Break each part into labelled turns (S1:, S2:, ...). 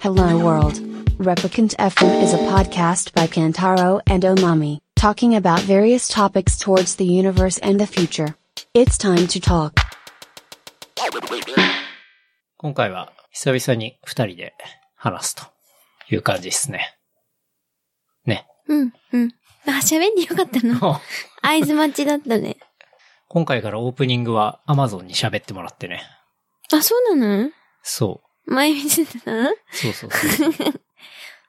S1: Hello World. Replicant FM is a podcast by Kantaro and Omami, talking about various topics towards the universe and the future. It's time to talk.
S2: 今回は久々に二人で話すという感じですね。ね。
S3: うん、うん。あ、喋んでよかったな。合図待ちだったね。
S2: 今回からオープニングは Amazon に喋ってもらってね。
S3: あ、そうなの
S2: そ
S3: 前見せてたな
S2: う。そうそうそう。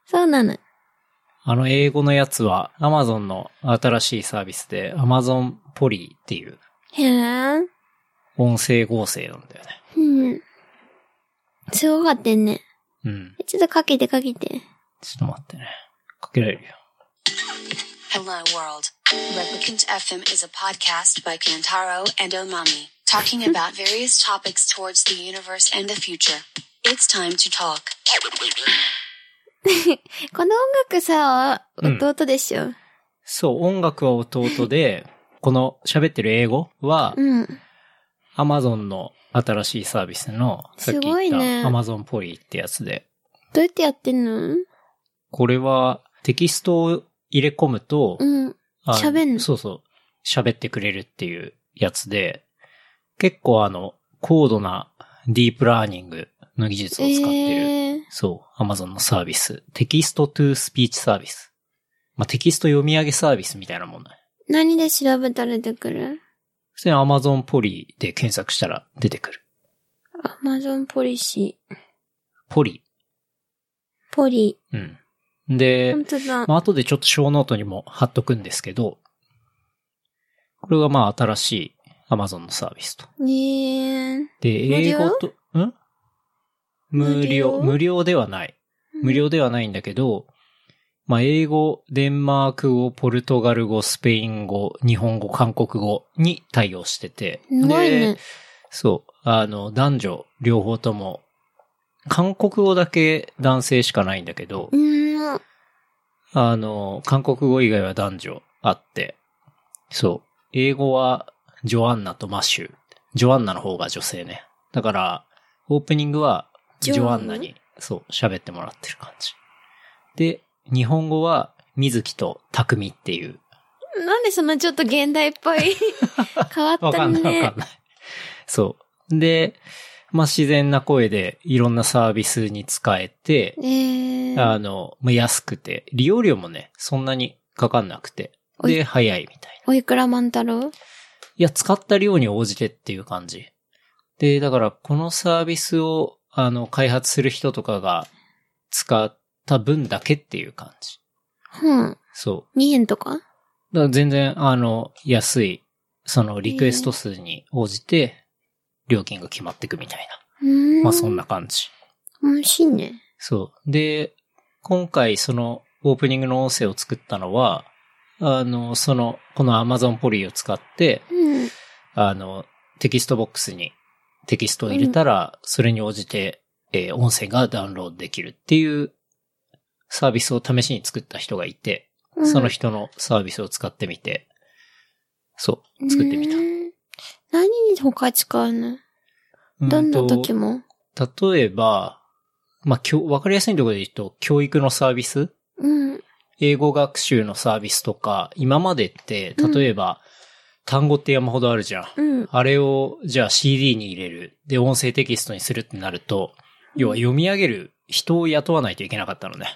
S3: そうなの。
S2: あの英語のやつは Amazon の新しいサービスで Amazon Poly っていう
S3: へえ。
S2: 音声合成なんだよね。
S3: うん。すごかったよね。
S2: うん。
S3: ちょっとかけてかけて。
S2: ちょっと待ってね。かけられるよ。
S1: Hello World. Replicant FM is a podcast by Kantaro and Omami, talking about various topics towards the universe and the future. It's time to talk.
S3: この音楽さ、
S2: うん
S3: 弟でしょ。
S2: そう、音楽は弟で、この喋ってる英語は
S3: うん。
S2: Amazon の新しいサービスの、さっき言
S3: すご
S2: っ
S3: い
S2: た
S3: ね
S2: Amazon Poly ってやつで、
S3: どうやってやってんの
S2: これはテキストを入れ込むと、
S3: うん。
S2: あ
S3: 喋んの
S2: そうそう、喋ってくれるっていうやつで、結構あの、高度なディープラーニングの技術を使ってる、
S3: えー
S2: そう、Amazon のサービス。テキストトゥースピーチサービス。まあ、テキスト読み上げサービスみたいなもんだね。
S3: 何で調べたら出てくる
S2: 普通に Amazon ポリで検索したら出てくる。
S3: ?Amazon ポリシ
S2: ポリ。
S3: ー。ポリ。
S2: うん。で、
S3: 本当だ。
S2: まあ、後でちょっと小ノートにも貼っとくんですけど、これがまあ新しい Amazon のサービスと。
S3: ねえ。
S2: で、英語と、ん無
S3: 無
S2: 料
S3: 料
S2: 無料ではない。無料ではないんだけど、まあ、英語、デンマーク語、ポルトガル語、スペイン語、日本語、韓国語に対応してて。
S3: すごいね
S2: で、そう。あの、男女、両方とも、韓国語だけ男性しかないんだけど、
S3: うーん。
S2: あの、韓国語以外は男女あって、そう。英語はジョアンナとマシュー。ジョアンナの方が女性ね。だから、オープニングはジ
S3: ジョ
S2: ョア
S3: ア
S2: ン
S3: ン
S2: ナ
S3: ナ
S2: に、そう、喋ってもらってる感じ。で、日本語は水木と匠っていう。
S3: なんでそのちょっと現代っぽ い変わっ
S2: わ
S3: た
S2: かんないわ
S3: ね
S2: か。んない。そう。で、まあ、自然な声でいろんなサービスに使えて、
S3: えー、
S2: あの、まあ、安くて、利用料もね、そんなにかかんなくて、
S3: お
S2: で、
S3: い
S2: 早いみたいな。
S3: おいくら万太郎
S2: いや、使った量に応じてっていう感じ。で、だから、このサービスを、あの、開発する人とかが使った分だけっていう感じ。
S3: うん。
S2: そ
S3: 2円とか
S2: う。だから全然、あの、安い、その、リクエスト数に応じて、料金が決まってくみたいう
S3: ー
S2: な。
S3: ん。
S2: まあ、そん。な感じ。
S3: 美味しいね。
S2: そう。で、今回そのオープニングの音声を作ったのは、あの、その、この Amazon ポリを使って、
S3: うん。
S2: あの、テキストボックスにテキストを入れたら、それに応じて、えー音声がダウンロードできるっていうサービスを試しに作った人がいて、
S3: うん
S2: その人のサービスを使ってみて、そう、作ってみた。
S3: う
S2: う
S3: ーん何に他使うの
S2: ーんと
S3: どんな時も。
S2: 例えば、まあ、きょわかりやすいところで言うと、教育のサービス
S3: うん。
S2: 英語学習のサービスとか、今までって、例えば、単語って山ほどあるじゃん。
S3: うん。
S2: あれを、じゃあ CD に入れる。で、音声テキストにするってなると、要は読み上げる人を雇わないといけなかったのね。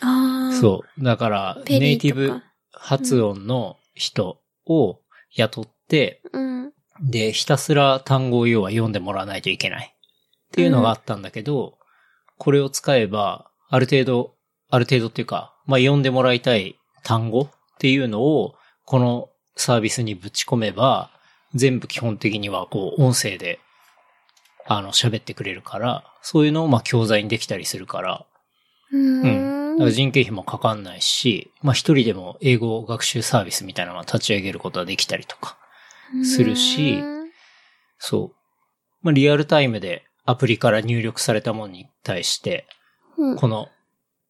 S3: ああ。
S2: そう。だから、
S3: ペ
S2: ネイ
S3: リ
S2: テ
S3: ー
S2: ィ
S3: とか。
S2: ブ発音の人を雇って、
S3: うん。
S2: で、ひたすら単語を要は読んでもらわないといけない。っていうのがあったんだけど、これを使えば、ある程度、ある程度っていうか、まあ、読んでもらいたい単語っていうのを、このサービスにぶち込めば、全部基本的にはこう、音声で、あの、喋ってくれるから、そういうのをまあ、教材にできたりするから、
S3: う
S2: うん。だ
S3: ん。
S2: から
S3: う
S2: 人件費もかかんないし、まあ、一人でも英語学習サービスみたいなのを立ち上げることができたりとか。
S3: ーん
S2: するしそう。まあ、リアルタイムでアプリから入力されたものに対して、
S3: うん
S2: この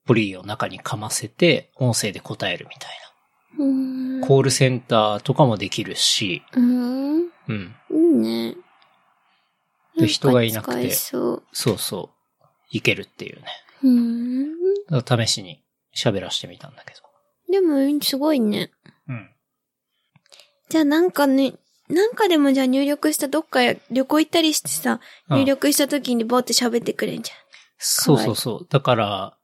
S2: ポリーを中にかませて、音声で答えるみたいう
S3: ーん
S2: な。コールセンターとかもできるし、
S3: うーん。
S2: うん。
S3: いいね。
S2: で人がいなくて
S3: んか使えそう。
S2: そうそう。いけるっていうね。
S3: うーん。
S2: だから試しに喋らしてみたんだけど。
S3: でも、すごいね。
S2: うん。
S3: じゃあなんかね、なんかでもじゃあ入力したどっかへ旅行行ったりしてさ、
S2: うん
S3: 入力した時にボーって喋ってくれんじ
S2: そう
S3: かわ
S2: そ
S3: いい
S2: うそう。だから、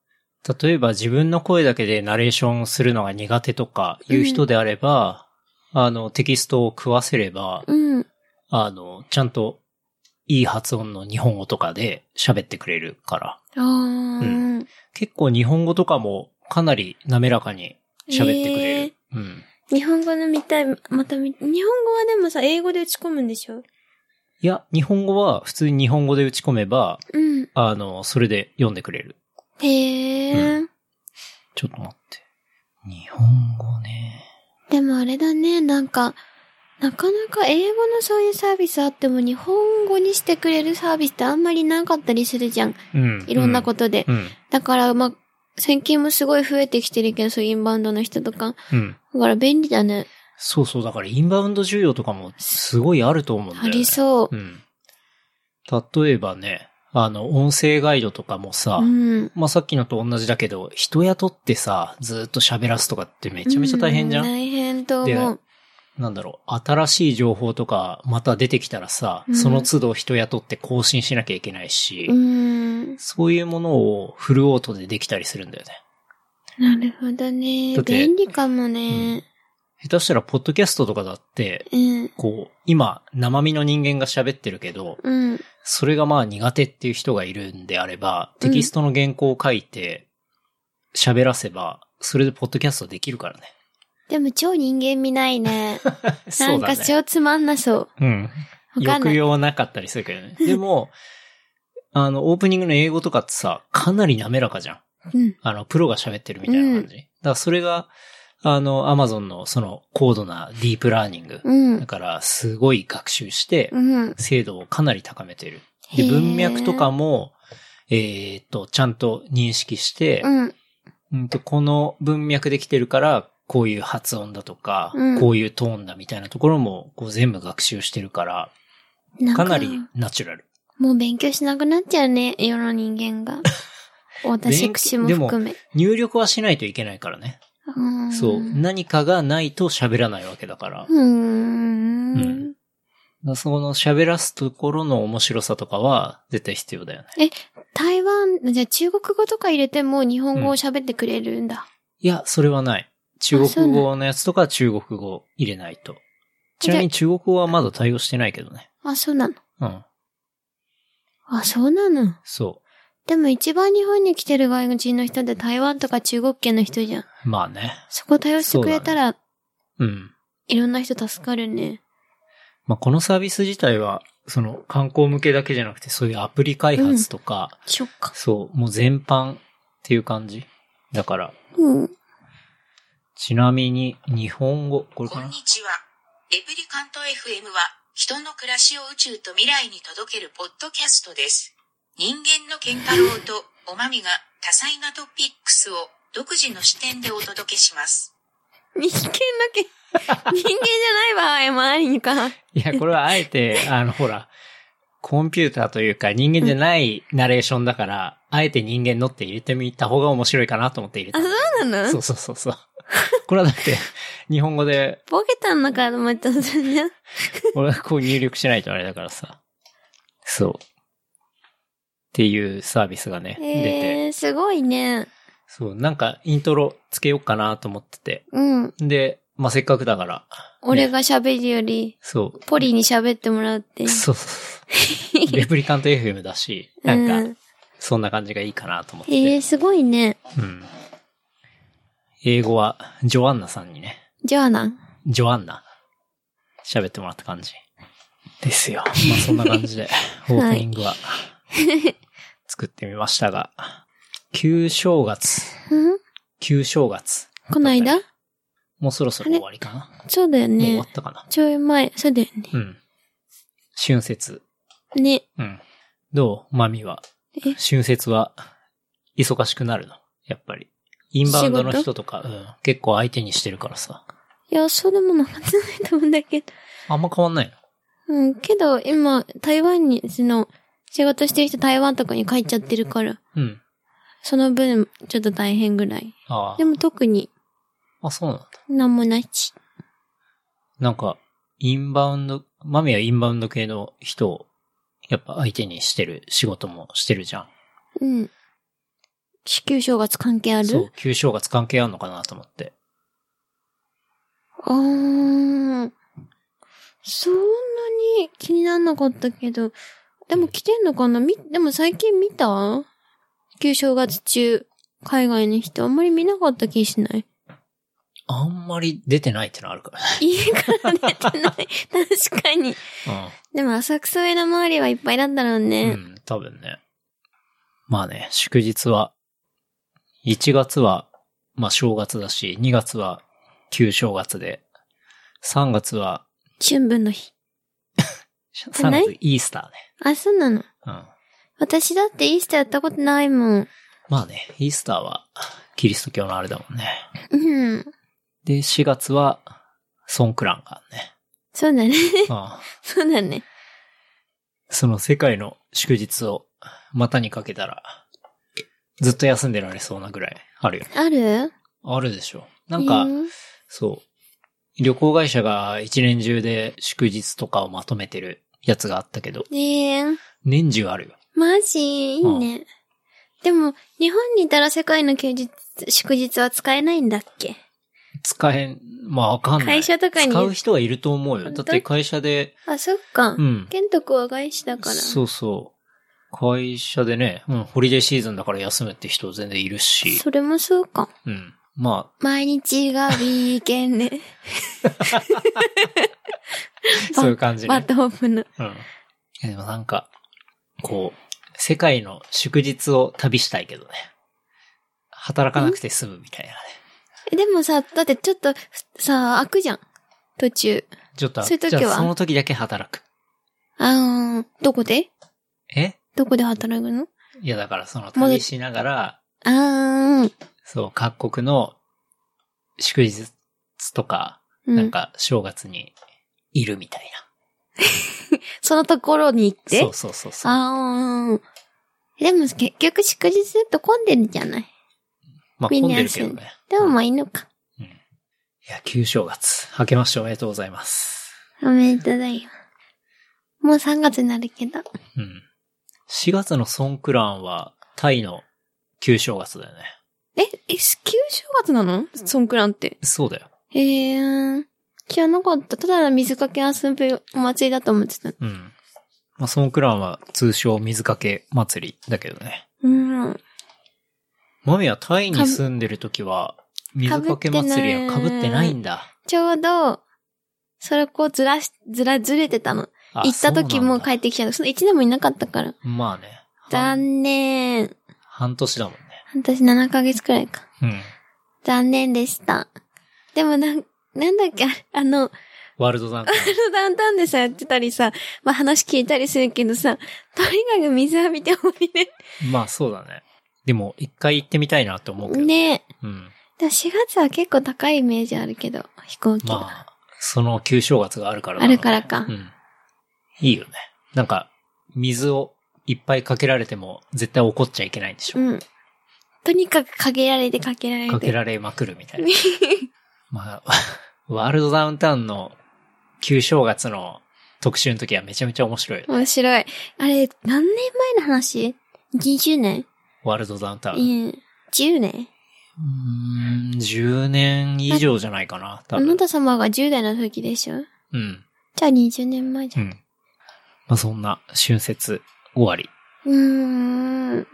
S2: 例えば自分の声だけでナレーションするのが苦手とかいう人であれば、あの、テキストを食わせれば、
S3: ゃん。うん。
S2: あの、ちゃんといい発音の日本語とかで喋ってくれるから。
S3: ああ、
S2: うん結構日本語とかもかなり滑らかに喋ってくれる。うん。
S3: 日本語の見たい、また見、日本語はでもさ、英語で打ち込むんでしょ
S2: いや、日本語は普通に日本語で打ち込めば、
S3: うん。
S2: あの、それで読んでくれる。
S3: へえ、
S2: ちょっと待って。日本語ね。
S3: でもあれだね、なんか、なかなか英語のそういうサービスあっても日本語にしてくれるサービスってあんまりなかったりするじゃん。
S2: うん。
S3: いろんなことで。
S2: うん。
S3: だから、まあ、最近もすごい増えてきてるけど、そういうインバウンドの人とか。
S2: うん。うん
S3: だから便利だね。
S2: そうそう、だからインバウンド需要とかもすごいあると思うんだよ
S3: あ
S2: ね。
S3: りそう
S2: う。ん。例えばね、あの、音声ガイドとかもさ、
S3: うん。
S2: まあ、さっきのと同じだけど、人雇ってさ、ずっと喋らすとかってめちゃめちゃ大変じゃん、
S3: う大変と思う。
S2: なんだろう、新しい情報とかまた出てきたらさ、
S3: うん
S2: その都度人雇って更新しなきゃいけないし、
S3: うん。
S2: そういうものをフルオートでできたりするんだよね。
S3: なるほどね
S2: だっ。て
S3: 便利かもね。
S2: 下手したら、ポッドキャストとかだって、
S3: うん。
S2: こう、今、生身の人間が喋ってるけど、
S3: うん。
S2: それがまあ苦手っていう人がいるんであれば、テキストの原稿を書いて、喋らせば、それでポッドキャストできるからね。
S3: でも超人間味ないね。な
S2: そうんだね
S3: か超つまんなそう。
S2: うん。
S3: わかんな
S2: 抑
S3: い。
S2: 揚はなかったりするけど ね。でも、あの、オープニングの英語とかってさ、かなり滑らかじゃん。
S3: うん。
S2: あの、プロが喋ってるみたいな感じ。だからそれが、あの、アマゾンのその高度なディープラーニング。
S3: う
S2: だ
S3: ん。
S2: から、すごい学習して、
S3: うん。
S2: 精度をかなり高めてる。
S3: へ
S2: で、
S3: ー
S2: 文脈とかも、えーっと、ちゃんと認識して、
S3: うん。
S2: うんと、この文脈できてるから、こういう発音だとか、
S3: うん
S2: こういうトーンだみたいなところも、こう全部学習してるから、
S3: ん
S2: かなりナチュラル。
S3: もう勉強しなくなっちゃうね、世の人間 が。私、口も含め。
S2: 入力はしないといけないからね。
S3: うん
S2: そう。
S3: う
S2: 何かがないと喋らないわけだから。
S3: ー
S2: うん
S3: ん。
S2: その喋らすところの面白さとかは絶対必要だよね。
S3: 台湾、じゃあ中国語とか入れても日本語を喋ってくれるんだ。
S2: いや、それはない。中
S3: そう
S2: 国
S3: な
S2: 語のやつとかは中国語入れないと。ちなみに中国語はまだ対応してないけどね。
S3: あ、そうなの。
S2: うん。
S3: あ、そうなの。
S2: そ
S3: でも一番日本に来てる外国人の人って台湾とか中国系の人じゃん。
S2: う。まあね。
S3: そこ対応してくれたら、
S2: うん。
S3: いろんな人助かるね。
S2: まあ、このサービス自体は、その観光向けだけじゃなくて、そういうアプリ開発とか、
S3: そっか。
S2: そう、もう全般っていう感じ。だから、
S3: うん。
S2: ちなみに日本語、これ
S1: こ
S2: か
S1: ん
S2: な
S1: にちは。レプリカント FM は、人の暮らしを宇宙と未来に届けるポッドキャストです。人間の健太郎とおまみが多彩なトピックスを独自の視点でお届けします。
S3: 人間だ け、人間じゃない場合もありにか。
S2: いや、これはあえて、あの、ほら、コンピューターというか人間じゃないナレーションだから、あえて人間のって入れてみた方が面白いかなと思って入れた
S3: あ、
S2: ん
S3: そ
S2: だけど。
S3: うな
S2: そ
S3: の
S2: うそうそうそう。これはだって、日本語で、
S3: ボケたんだからと思ったんだよね。
S2: 俺はこう入力しないとあれだからさ。そう。っていうサービスがね、 出て。
S3: えー、すごいね。
S2: そう、なんかイントロつけようかなと思ってて。
S3: うん。
S2: で、まあ、せっかくだから、
S3: 俺が喋るより、
S2: そ
S3: ポリに喋ってもらうっていう
S2: う、。そうそうそう。レプリカント FM だし、なんか、
S3: うん
S2: そんな感じがいいかなと思って。
S3: えー、すごいね。
S2: うん。英語は、ジョアンナさんにね、
S3: じゃあな。
S2: ジョアンナ、喋ってもらった感じ。です よ。まあ、そんな感じで、オープニングは、作ってみましたが、旧正月、
S3: うん
S2: 旧正月。
S3: こないだ
S2: もうそろそろ終わりかな。
S3: そうだよ
S2: もう終わ
S3: ね
S2: っ。たかな。
S3: ちょい前、そうだよね。
S2: うん。春節。
S3: ね。
S2: うん。どうマミは
S3: え。
S2: 春節は、忙しくなるのやっぱり。インバウンドの
S3: 仕事
S2: 人とか、うん、結構相手にしてるからさ。
S3: いや、そうでもなかったないと思うんだけど。
S2: あんま変わんないの
S3: うん、けど、今、台湾に、その、仕事してる人台湾とかに帰っちゃってるから、
S2: うん。
S3: その分、ちょっと大変ぐらい。
S2: あ
S3: でも特に
S2: あ。あ、そうなんだ。
S3: なんもないし。
S2: なんか、インバウンド、マミはインバウンド系の人を、やっぱ相手にしてる仕事もしてるじゃん。
S3: うん。支給正月関係あ
S2: そ
S3: る
S2: う、旧正月関係あんのかなと思って。
S3: あー。そんなに気になんなかったけど。でも来てんのかなみ、でも最近見た旧正月中、海外の人あんまり見なかった気しない。
S2: あんまり出てないってのあるからね。
S3: 家から出てない。 確かに。でも浅草上の周りはいっぱいだったろう
S2: うん。う
S3: ね。
S2: ん、多分ね。まあね、祝日は、1月は、まあ正月だし、2月は旧正月で、3月は、
S3: 春分の日。
S2: 3月イースタ
S3: あ、そうなの。
S2: ーね。うん。
S3: 私だってイースターやったことないもん。
S2: まあね、イースターは、キリスト教のあれだもんね。
S3: うん。
S2: で、4月は、ソンクランがね。
S3: そうだね。
S2: ああ
S3: そうだね。
S2: その世界の祝日を股にかけたら、ずっと休んでられそうなぐらいあるよね。
S3: ある
S2: あるでしょ。なんか、
S3: うん
S2: そう。旅行会社が一年中で祝日とかをまとめてるやつがあったけど、
S3: ねえ
S2: 年中あるよ。
S3: マジいいね。でも、日本にいたら世界の休日、祝日は使えないんだっけ
S2: 使えん、まあわかんない。
S3: 会社とかに
S2: 使う人はいると思うよ。だ
S3: 本
S2: っ
S3: 当
S2: て会社で、
S3: あ、そっか。
S2: うん。
S3: ケント君は外資だから。
S2: そうそう。会社でね、うん、ホリデーシーズンだから休むって人全然いるし、
S3: それもそうか。
S2: うん。ま
S3: 毎日がウィーケ ンで、
S2: あ、そういう感じね。
S3: バットオープンの。
S2: うん。いやでもなんか、こう、世界の祝日を旅したいけどね。働かなくて済むみたいなね。
S3: えでもさ、だってちょっと、ふさ、開くじゃん。途中。
S2: ちょっと、
S3: そういう時は
S2: じゃあその時だけ働く。
S3: あー、どこで
S2: え
S3: どこで働くの
S2: いやだからその
S3: もう
S2: 旅しながら、
S3: あー、
S2: そう、各国の祝日とか、
S3: うん。
S2: なんか正月にいるみたい
S3: そのところに行っ
S2: な。
S3: て。
S2: そうそうそうそう。
S3: ああ。でも結局祝日だと混んでるじゃない。
S2: まあ
S3: みん
S2: 混
S3: な
S2: で
S3: ん
S2: るけどね。
S3: でもまあいいのか。
S2: うん。いや、旧正月。明けましておめでとうございます。
S3: おめでとうだよ。もう3月になるけど。
S2: うん。4月のソンクランは、タイの旧正月だよね。
S3: え、え、旧正月なのそんくらんって。
S2: そうだよ。
S3: へえー。知らなかった。ただの水かけ遊ぶお祭りだと思ってた。
S2: うん。まあ、ソンクランは通称水かけ祭りだけどね。
S3: うん。
S2: マミはタイに住んでる時は、水かけ祭りは被ってないんだ。
S3: ちょうど、それこうずらし、ずら、ずれてたの。
S2: あ
S3: 行った時
S2: そうなん
S3: も帰
S2: だ
S3: ってきちゃう。その1年もいなかったから。
S2: まあね。半
S3: 残念。
S2: 半年だもんね。
S3: 私7ヶ月くらいか。
S2: うん。
S3: 残念でした。でもなん、なんだっけ、ああの、
S2: ワールドダン カー
S3: ダウンタウンでさ、やってたりさ、まあ話聞いたりするけどさ、とにかく水浴びて終わりね。
S2: まあそうだね。でも、一回行ってみたいなと思うけど。
S3: ねえ。
S2: うん。
S3: でも4月は結構高いイメージあるけど、飛行機が。
S2: まあ、その旧正月があるからな
S3: あるからか
S2: うん。いいよね。なんか、水をいっぱいかけられても絶対怒っちゃいけないんでしょ。
S3: うん。とにかくかけられてかけられて。
S2: かけられまくるみた いな。まあ、 ワールドダウンタウンの旧正月の特集の時はめちゃめちゃ面白いよ。
S3: 面白い。あれ、何年前の話 ?20 年
S2: ワールドダウンタウン。う
S3: いえ、10年
S2: ーん、10年以上じゃないかな、多
S3: あ
S2: 分
S3: な。た様が10代の時でしょ
S2: うん。
S3: じゃあ20年前じ
S2: う
S3: ゃ
S2: ん。まあそんな春節終わり。
S3: ん。うーん。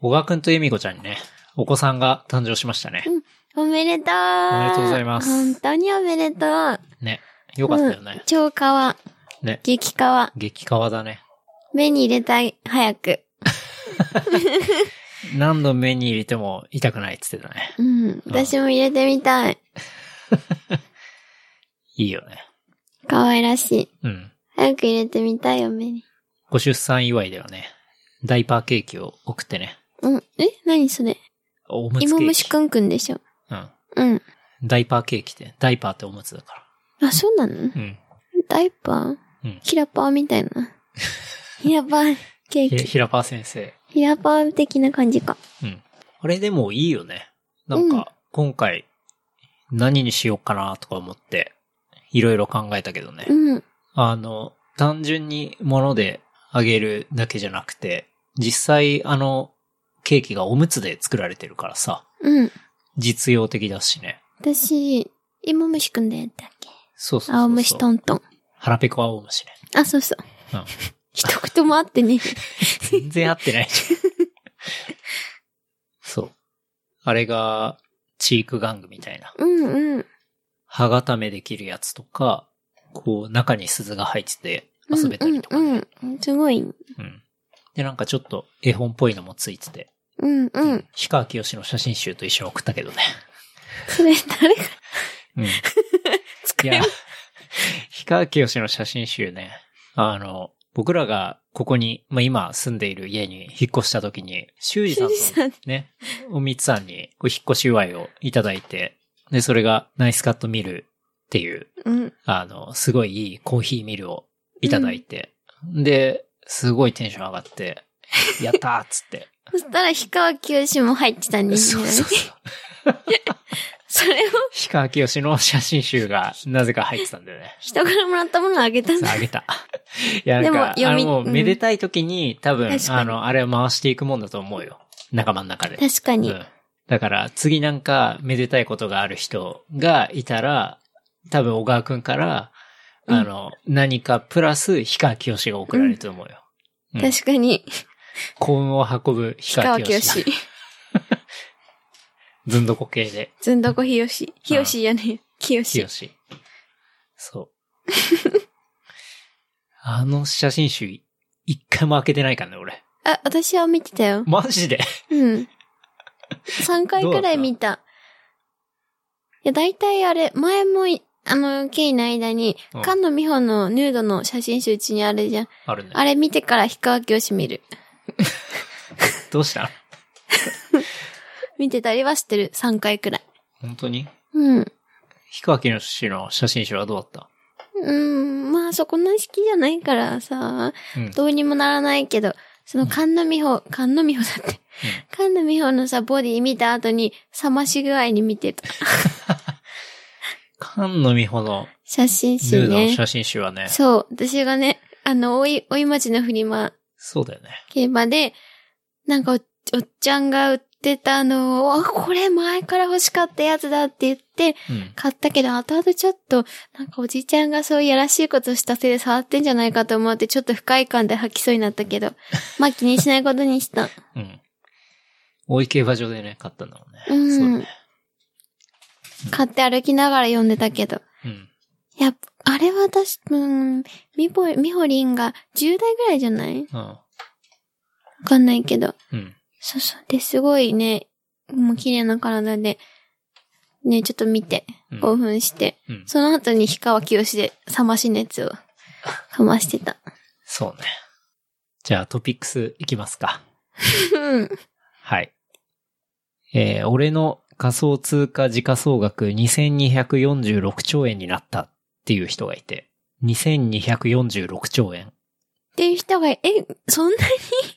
S2: 小川くんとゆみこちゃんにね、お子さんが誕生しましたね。
S3: おめでとうお
S2: めでとうございます
S3: 本当におめでとう
S2: ね。よかったよね
S3: うん。超川、
S2: ね。
S3: 激川、
S2: 激川だね。
S3: 目に入れたい、早く。
S2: 何度目に入れても痛くないって言ってたね。
S3: うん。私も入れてみたい。
S2: いいよね。
S3: 可愛らしい。
S2: うん。
S3: 早く入れてみたいよ、目に。
S2: ご出産祝いではね、ダイパーケーキを送ってね。
S3: うん。え何それ
S2: おむつケーキ。
S3: 芋虫くんくんでしょ。
S2: うん。
S3: うん。
S2: ダイパーケーキって、ダイパーっておむつだか
S3: あ、そうなの
S2: ら。うん。
S3: ダイパー
S2: うん。
S3: キラパーみた いな。ヒラパーケー
S2: ひ
S3: キ。
S2: ひらパー先生。
S3: ヒラパー的な感じか。
S2: うん。あれでもいいよね。なん
S3: うん
S2: か、今回、何にしようかなとか思って、いろいろ考えたけどね。
S3: うん。
S2: あの、単純に物であげるだけじゃなくて、実際あの、ケーキがおむつで作られてるからさ、
S3: うん。
S2: 実用的だしね。
S3: 私、芋虫くんだったっけ
S2: そうそうそうそう。
S3: 青虫トントン。
S2: 腹ペコ青虫ね。
S3: あ、そうそう。
S2: うん。
S3: 一言もあってね。
S2: 全然合って ないじゃん。そう。あれが、チーク玩具みたいな。
S3: うんうん。
S2: 歯固めできるやつとか、こう、中に鈴が入ってて遊べたりとか
S3: う
S2: ね。
S3: んうんうん。すごい。
S2: うんで、なんかちょっと絵本っぽいのもついてて。
S3: うんうん。
S2: 氷川きよしの写真集と一緒に送ったけ どね。
S3: それ誰が
S2: うん。い
S3: 作
S2: や、
S3: る
S2: 氷川きよしの写真集ね。あの、僕らがここに、まあ、今住んでいる家に引っ越した時に、修二さん
S3: 修二さん
S2: と ね、おみつさんにこう引っ越し祝いをいただいて、で、それがナイスカットミルっていう、
S3: うん。
S2: あの、すごいいいコーヒーミルをいただいて、で、すごいテンション上が って、やったーっつって。
S3: そしたら、氷川きよしも入ってたんです
S2: そ
S3: よ
S2: う
S3: ね。
S2: そうそう。
S3: それを
S2: 氷川きよしの写真集 がなぜか入ってたんだよね。
S3: 人からもらったものをあげたんだ
S2: あ。げ た。いや、なんか、
S3: でも
S2: あ
S3: 読
S2: の、
S3: み
S2: もう、
S3: うん
S2: めでたい時に、多分、
S3: 確かに
S2: あの、あれは回していくもんだと思うよ。仲間の中で。
S3: 確かに
S2: う。ん。だから、次なんか、めでたいことがある人がいたら、多分、小川くんから、あの、何かプラス、氷川きよしが送られると思うよ。うん
S3: 確かに。
S2: 幸運を運ぶ氷
S3: 氷川
S2: 川
S3: き
S2: き
S3: よ
S2: よし
S3: し。。
S2: ずんどこ系で、
S3: ずんどこひよし。ひよしじゃねえ。きよ
S2: き
S3: し
S2: よ。し。そう。 あの写真集、一回も開けてないからね、俺。
S3: あ、私は見てたよ。
S2: マジで
S3: うん。3回くらい見た。いや、大体あれ、前もい、あの、ケイの間に
S2: うん、
S3: 菅野美穂のヌードの写真集うちにあるじゃん。
S2: あるね。
S3: あれ見てから氷川きよし見る。
S2: どうしたの
S3: 見てたりはしてる。3回くらい。
S2: 本当に
S3: うん。
S2: 氷川きよしの写真集はどうだった
S3: うん、まあそこの式じゃないからさ、
S2: うん
S3: どうにもならないけど、その菅野美穂、菅野美穂だって、菅野美穂のさ、ボディ見た後に、冷まし具合に見てた。
S2: 菅野美穂の
S3: 写
S2: ヌ
S3: 真
S2: ー
S3: 集
S2: ドの
S3: ね。
S2: 写真集はね、
S3: そう、私がね、あの、おい、おい町のフリマ
S2: そうだよね。
S3: 競馬で、なんかお、おっちゃんが売ってたのを、あ、これ前から欲しかったやつだって言って、
S2: うん。
S3: 買ったけど、後々ちょっと、なんかおじいちゃんがそういうやらしいことしたせいで触ってんじゃないかと思って、ちょっと不快感で吐きそうになったけ ど、まあ気にしないことにした。
S2: うん。大井競馬場でね、買ったんだもんね。
S3: う
S2: そ
S3: ん
S2: うだね。
S3: 買って歩きながら読んでたけど。
S2: うん。
S3: いや、あれは私、うん、みほ、みほりんが10代ぐらいじゃない
S2: うん。
S3: わかんないけど。
S2: うん。
S3: そうそう。で、すごいね、もう綺麗な体で、ね、ちょっと見て
S2: う、ん
S3: 興奮して、
S2: うん。
S3: その後に氷川きよしで冷まし熱をかましてた。
S2: そうね。じゃあトピックスいきますか。
S3: うん。
S2: はい。えー俺の仮想通貨時価総額2246兆円になったっていう人がいて、2246兆円。
S3: っていう人が、え、そんな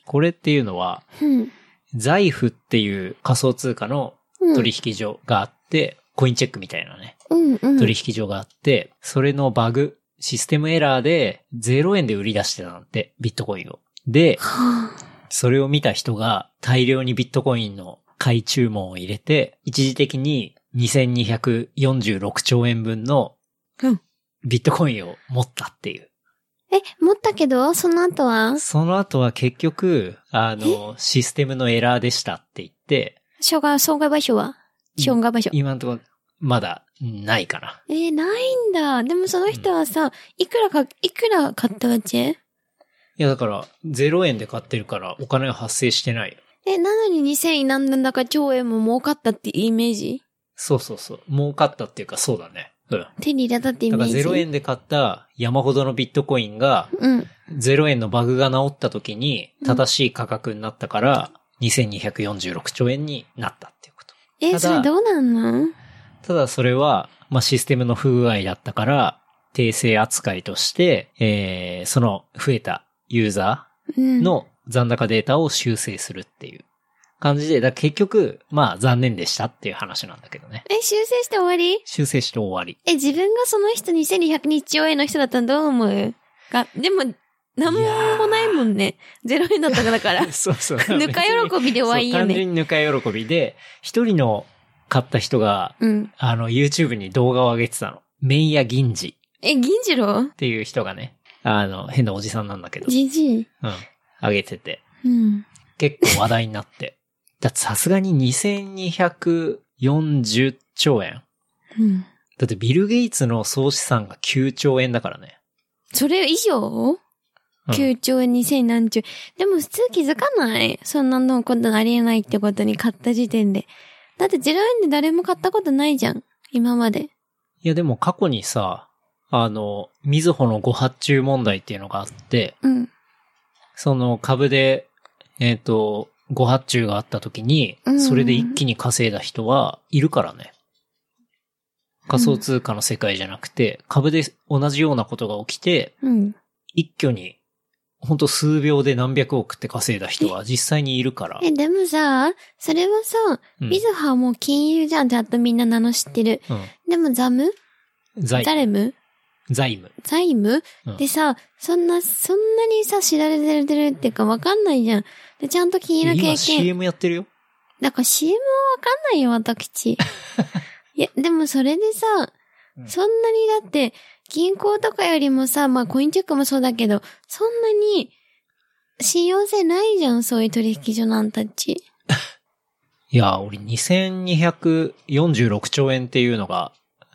S2: これっていうのは、
S3: うん。
S2: 財布っていう仮想通貨の
S3: うん。
S2: 取引所があって、コインチェックみたいなね、
S3: うんうん。
S2: 取引所があって、それのバグ、システムエラーで0円で売り出してたなんて、ビットコインを。で、
S3: はあ
S2: それを見た人が大量にビットコインの買い注文を入れて、一時的に2246兆円分の
S3: うん
S2: ビットコインを持ったっていう。
S3: え、持ったけど、その後は、
S2: その後は結局、あの、システムのエラーでしたって言って、
S3: 障害、損害賠償は損害賠償。
S2: 今のところまだないかな。
S3: えーないんだ。でもその人はさ、いくらか、いくら買ったわけ
S2: いやだから、0円で買ってるからお金は発生してないよ。
S3: え、なのに2000何なんだか兆円も儲かったってイメージ
S2: そうそうそう。儲かったっていうかそうだね。うん。だか
S3: 手に入れたってイメ
S2: ら
S3: ージ。
S2: 0円で買った山ほどのビットコインが、
S3: うん。
S2: 0円のバグが治った時に正しい価格になったから、2246兆円になったっていうこと。
S3: え
S2: ただ
S3: それどうなんの
S2: ただそれは、まあ、システムの不具合だったから、訂正扱いとして、えー、その増えたユーザ
S3: う
S2: ー
S3: ん。
S2: の残高データを修正するっていう感じで、だから結局、まあ残念でしたっていう話なんだけどね。
S3: え、修正して終わり
S2: 修正して終わ り。。
S3: え、自分がその人2200日応援の人だったらどう思うが、でも、なんもないもんね。0円だったから
S2: そうそう。
S3: ぬか喜びで終わり
S2: そう
S3: よ
S2: 単
S3: ね。
S2: 純にぬか喜びで、一人の買った人が、
S3: うん。
S2: あの、YouTube に動画を上げてたの。麺屋銀次
S3: え、銀次郎
S2: っていう人がね、あの、変なおじさんなんだけど、
S3: じじい。
S2: うん、上げてて、
S3: うん。
S2: 結構話題になって。 だってさすがに2240兆円。
S3: うん。
S2: だってビル・ゲイツの総資産が9兆円だからね。
S3: それ以上
S2: うん
S3: 9兆円2000何兆円。でも普通気づかないそんなのことありえないってことに買った時点で。だって0円で誰も買ったことないじゃん。今まで。
S2: いやでも過去にさ、あの、みずほのご発注問題っていうのがあって、
S3: うん。
S2: その株で、えっ、と、ご発注があった時に
S3: う、ん
S2: それで一気に稼いだ人はいるからね。仮想通貨の世界じゃなくて、株で同じようなことが起きて、
S3: うん。
S2: 一挙に、ほんと数秒で何百億って稼いだ人は実際にいるから。
S3: え、でもさ、それはさ、
S2: うん
S3: みずははもう金融じゃん。ちゃんとみんな名の知ってる。
S2: う
S3: でもザム
S2: ん。財、
S3: 誰ム
S2: 財務。
S3: 財務、
S2: うん
S3: でさ、そんな、そんなにさ、知られてるっていうかわかんないじゃん。で、ちゃんと金融の経
S2: 今
S3: 験。
S2: CM やってるよ。
S3: だから CM はわかんないよ、 私。いや、でもそれでさ
S2: う、ん
S3: そんなにだって、銀行とかよりもさ、まあコインチェックもそうだけど、そんなに、信用性ないじゃん、そういう取引所なんたち。
S2: いや、俺2246兆円っていうのが、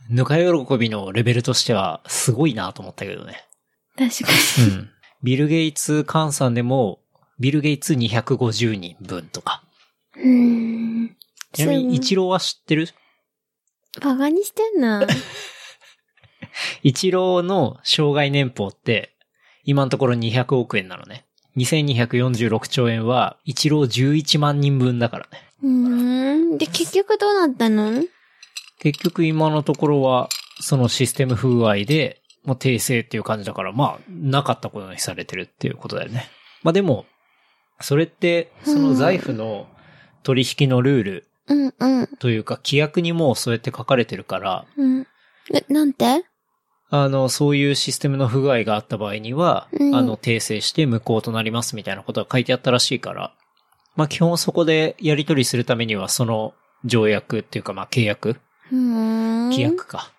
S2: ぬか喜びのレベルとしてはすごいなと思ったけどね。
S3: 確か
S2: うん。ビル・ゲイツ換算でも、ビル・ゲイツ250人分とか。
S3: に。うーん。
S2: ちなみに、イチ
S3: ロ
S2: ローは知ってる
S3: ー。バカにしてんな。
S2: イチローの障害年俸って、今のところ200億円なのね。2246兆円は、イチロー11万人分だからね。
S3: うーん。で、結局どうなったの
S2: 結局今のところは、そのシステム風合いで、もう訂正っていう感じだから、まあ、なかったことにされてるっていうことだよね。まあでも、それって、その財布の取引のルール
S3: うんうん。
S2: というか、規約にもうそうやって書かれてるから、
S3: うん。え、なんて
S2: あの、そういうシステムの不具合があった場合には、
S3: うん
S2: あの、訂正して無効となりますみたいなことが書いてあったらしいから、まあ基本そこでやり取りするためには、その条約っていうか、まあ契約、
S3: うーん。
S2: 規約か。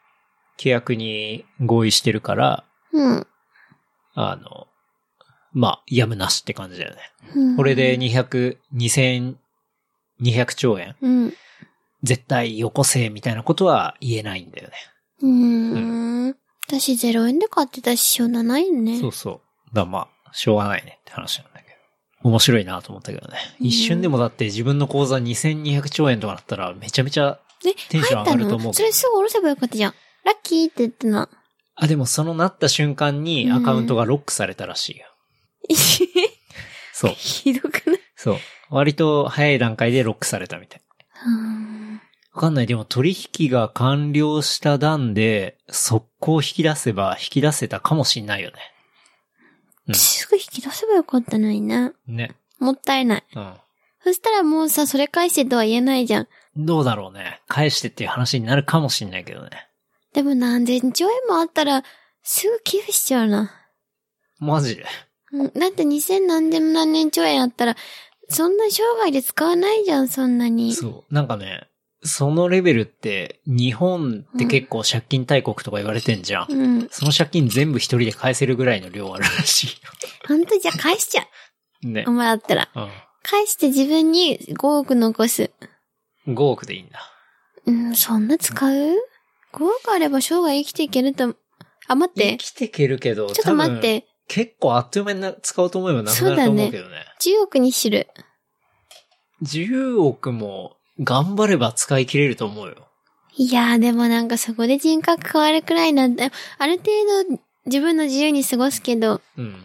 S2: 契約に合意してるから、
S3: うん。
S2: あの、まあ、やむなしって感じだよね。
S3: うん。
S2: これで200、2200兆円、
S3: うん。う
S2: 絶対よこせみたいなことは言えないんだよね。
S3: ーん。私0円で買ってたし、しょうがないね。
S2: そうそう。だからまあ、しょうがないねって話なんだけど。面白いなと思ったけどね。
S3: うん
S2: 一瞬でもだって自分の口座2200兆円とかだったらめちゃめちゃ、
S3: え、
S2: テンション上がると思うけど
S3: 入ったのそれすぐ下ろせばよかったじゃん。ラッキーって言ってな。
S2: あ、でもそのなった瞬間にアカウントがロックされたらしいよ。そう。
S3: ひどくない
S2: そう。割と早い段階でロックされたみたい。
S3: うん
S2: わかんない。でも取引が完了した段で、速攻引き出せば引き出せたかもしんないよね。うん
S3: すぐ引き出せばよかったのにな。
S2: ね。
S3: もったいない。
S2: うん。
S3: そしたらもうさ、それ返せとは言えないじゃん。
S2: どうだろうね。返してっていう話になるかもしんないけどね。
S3: でも何千兆円もあったら、すぐ寄付しちゃうな。
S2: マジで。
S3: うんだって2000何千何年兆円あったら、そんな生涯で使わないじゃん、そんなに。
S2: そう。なんかね、そのレベルって、日本って結構借金大国とか言われてんじゃん。
S3: うん。
S2: その借金全部一人で返せるぐらいの量あるらし
S3: ほんとじゃあ返しちゃ
S2: いよ。ね
S3: う。。もらったら。
S2: う
S3: 返して自分に5億残す。
S2: ん。5億でいいんだ。
S3: うん、そんな使う ?5 億あれば生涯生きていけると、あ、待って
S2: 生。きてけるけど、
S3: ちょっと待
S2: 多
S3: っ
S2: 分。
S3: て。
S2: 結構あっという間にな使おうと思えばなくなると思うけどね。
S3: 10億にする。
S2: 10億も頑張れば使い切れると思うよ。
S3: いやー、でもなんかそこで人格変わるくらいなんだ。ある程度自分の自由に過ごすけど、
S2: うん。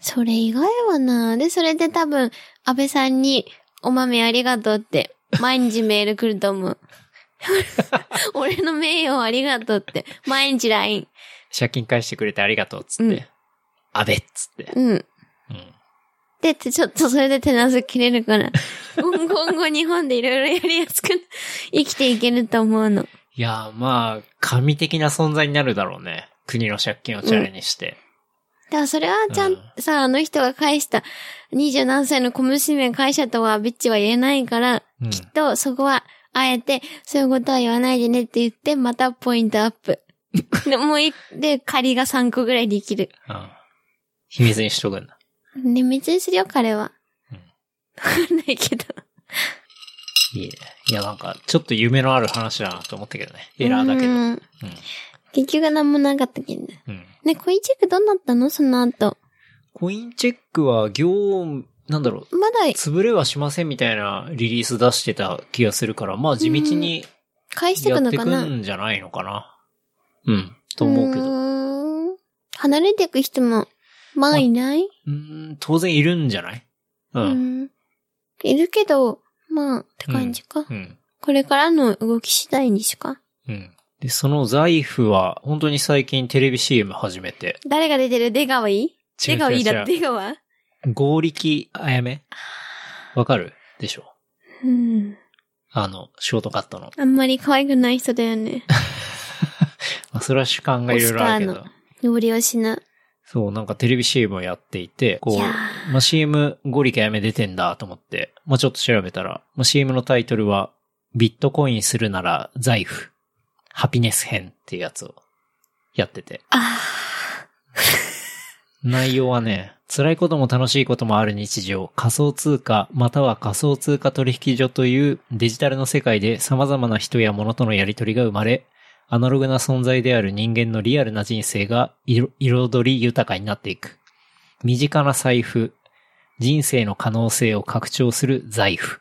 S3: それ以外はな。で、それで多分、安倍さんに、お豆ありがとうって、毎日メール来ると思う。俺の名誉をありがとうって、毎日 LINE。
S2: 借金返してくれてありがとうっつって。
S3: うん
S2: あべっつって。
S3: うん。
S2: うん。
S3: ってって、ちょっとそれで手なず切れるから、今後今後日本でいろいろやりやすくな、生きていけると思うの。
S2: いやー、まあ、神的な存在になるだろうね。国の借金をチャレにして。
S3: だからそれはちゃん、
S2: うん
S3: さ、あの人が返した、二十何歳の小娘が返したとは、ビッチは言えないから、
S2: うん。
S3: きっとそこは、あえて、そういうことは言わないでねって言って、またポイントアップ。でもうい、で、仮が3個ぐらいできる。
S2: うん秘密にしとくんだ。
S3: ね、別にするよ、彼は。わ
S2: うん
S3: かんないけど。
S2: いいね。いや、なんか、ちょっと夢のある話だなと思ったけどね。エラーだけど。
S3: う
S2: うん。
S3: ん結局何もなかったけどね。
S2: うん。
S3: ね、コインチェックどうなったのその後。
S2: コインチェックは、業務、なんだろう、
S3: まだ
S2: 潰れはしませんみたいなリリース出してた気がするから、まあ地道に
S3: 返して
S2: や
S3: く
S2: っ
S3: の
S2: て
S3: か
S2: く
S3: なん
S2: じゃないのかな。うん、と思うけど。う
S3: ーん離れていく人も、まあいない、
S2: ーん、当然いるんじゃないうん。う。
S3: うんんいるけど、まあ、って感じか。
S2: うん。
S3: これからの動き次第にしか。
S2: で、その財布は、本当に最近テレビ CM 始めて、
S3: 誰が出てる出川いい
S2: 違う
S3: 出川いい
S2: 違う違
S3: だ
S2: う
S3: 出川
S2: 合力あやめわかるでしょ
S3: うん。
S2: あの、ショートカットの。
S3: あんまり可愛くない人だ よね。
S2: まあ、それは主観がいろいろあるけ
S3: オス
S2: ど
S3: カ。登りをしな。
S2: そう、なんかテレビ CM をやっていて、こ
S3: いうや、
S2: まあ、CM ゴリケやめ出てんだと思って、まあ、ちょっと調べたら、まあ、CM のタイトルは、ビットコインするなら財布、ハピネス編っていうやつをやってて。
S3: あ
S2: 内容はね、辛いことも楽しいこともある日常、仮想通貨または仮想通貨取引所というデジタルの世界で様々な人や物とのやりとりが生まれ、アナログな存在である人間のリアルな人生が色彩り豊かになっていく。身近な財布、人生の可能性を拡張する財布。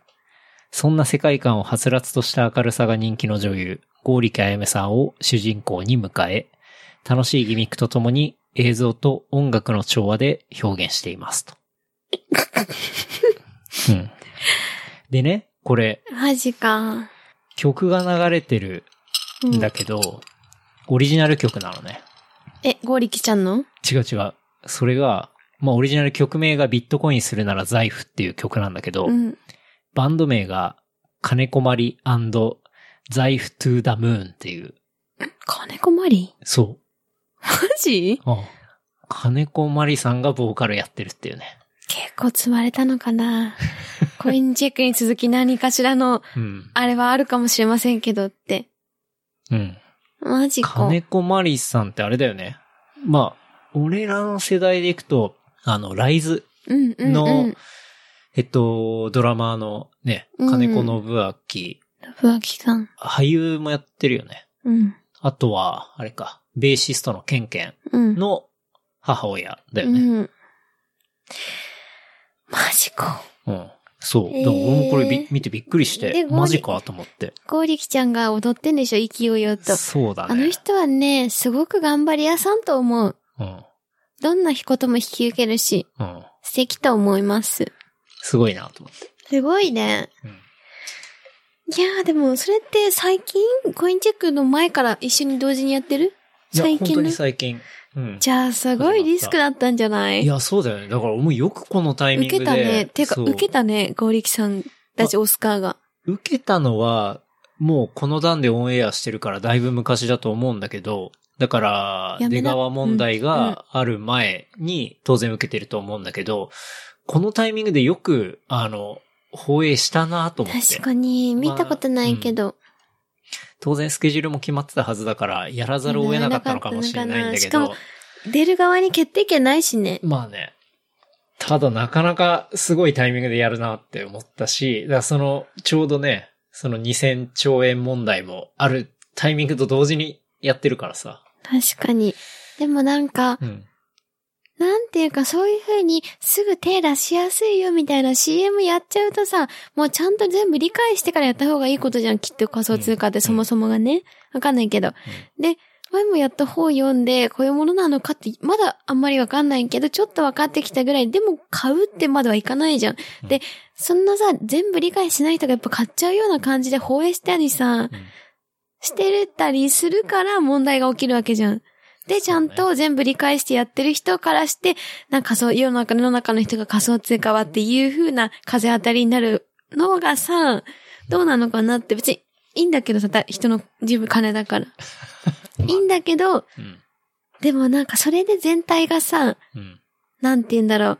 S2: そんな世界観をはつらつとした明るさが人気の女優、ゴーリキあやめさんを主人公に迎え、楽しいギミックとともに映像と音楽の調和で表現していますと。 うん、でね、これ
S3: ーマジか。
S2: 曲が流れてる
S3: うんん
S2: だけど、オリジナル曲なのね。
S3: え、ゴーリキちゃんの
S2: 違う違う。それが、まあオリジナル曲名がビットコインするなら財布っていう曲なんだけど、
S3: うん。
S2: バンド名が金こまり財布トゥダムーンっていう。
S3: 金子まり
S2: そう。
S3: マジ
S2: あ金子まりさんがボーカルやってるっていうね。
S3: 結構積まれたの かなコインチェックに続き何かしらの、
S2: うん。
S3: あれはあるかもしれませんけどって。
S2: うん。
S3: マジか。
S2: 金子まりさんってあれだよね。まあ、俺らの世代でいくと、あの、ライズ、
S3: うんうん、うん。
S2: のえっと、ドラマーのね、
S3: うん
S2: 金子信明、
S3: ふわきさん。
S2: 俳優もやってるよね。
S3: うん。
S2: あとは、あれか、ベーシストのケンケン
S3: うん。
S2: の母親だよ
S3: う
S2: ね。
S3: ん。マジか。
S2: うん。そう。だから俺もこれび
S3: えー
S2: 見てびっくりし
S3: で
S2: て、
S3: ゴーリ
S2: マジかと思って。
S3: ゴーリキちゃんが踊ってんでしょ勢いよと。
S2: そうだね。
S3: あの人はね、すごく頑張り屋さんと思う。
S2: うん。
S3: どんなことも引き受けるし、
S2: うん。
S3: 素敵と思います。
S2: すごいなと思って。
S3: すごいね。
S2: うん
S3: いやーでも、それって最近、コインチェックの前から一緒に同時にやってる
S2: いや、
S3: 最
S2: 本当
S3: 近の
S2: に。最近。うん。
S3: じゃあ、すごいリスクだったんじゃない
S2: いや、そうだよね。だから、もうよくこのタイミン
S3: 受
S2: グで。
S3: けたね。てか、
S2: そう
S3: 受け。たね、ゴーリキさんたち、オスカーが。
S2: 受けたのは、もうこの段でオンエアしてるからだいぶ昔だと思うんだけど、だから、
S3: やめ
S2: 出
S3: な
S2: 川問題がある前に当然受けてると思うんだけど、このタイミングでよく、あの、放映したなと思って。
S3: 確かに、見たことないけど。
S2: 当然スケジュールも決まってたはずだから、やらざるを得なかったのかもしれないんだけ
S3: やらな
S2: ど
S3: かっ、出る側に決定権ないしね。
S2: まあね。ただなかなかすごいタイミングでやるなって思ったし、だからその、ちょうどね、その2000兆円問題もあるタイミングと同時にやってるからさ。
S3: 確かに。でもなんか、
S2: うん。
S3: なんていうかそういう風にすぐ手出しやすいよみたいな CM やっちゃうとさ、もうちゃんと全部理解してからやった方がいいことじゃん。きっと仮想通貨ってそもそもがね。わかんないけど。で、前もやった本読んで、こういうものなのかって、まだあんまりわかんないけど、ちょっとわかってきたぐらい、でも買うってまではいかないじゃん。
S2: うん
S3: で、そんなさ、全部理解しない人がやっぱ買っちゃうような感じで放映したりさ、
S2: うん
S3: してたりするから問題が起きるわけじゃん。で、ちゃんと全部理解してやってる人からして、なんか仮想、世の中の世の中の人が仮想通貨はっていう風な風当たりになるのがさ、どうなのかなって別にいいんだけどさ、た人の自分金だから。 いいんだけ
S2: う
S3: ど、
S2: ん。
S3: でもなんかそれで全体がさ、
S2: うん。
S3: なんて言うんだろう。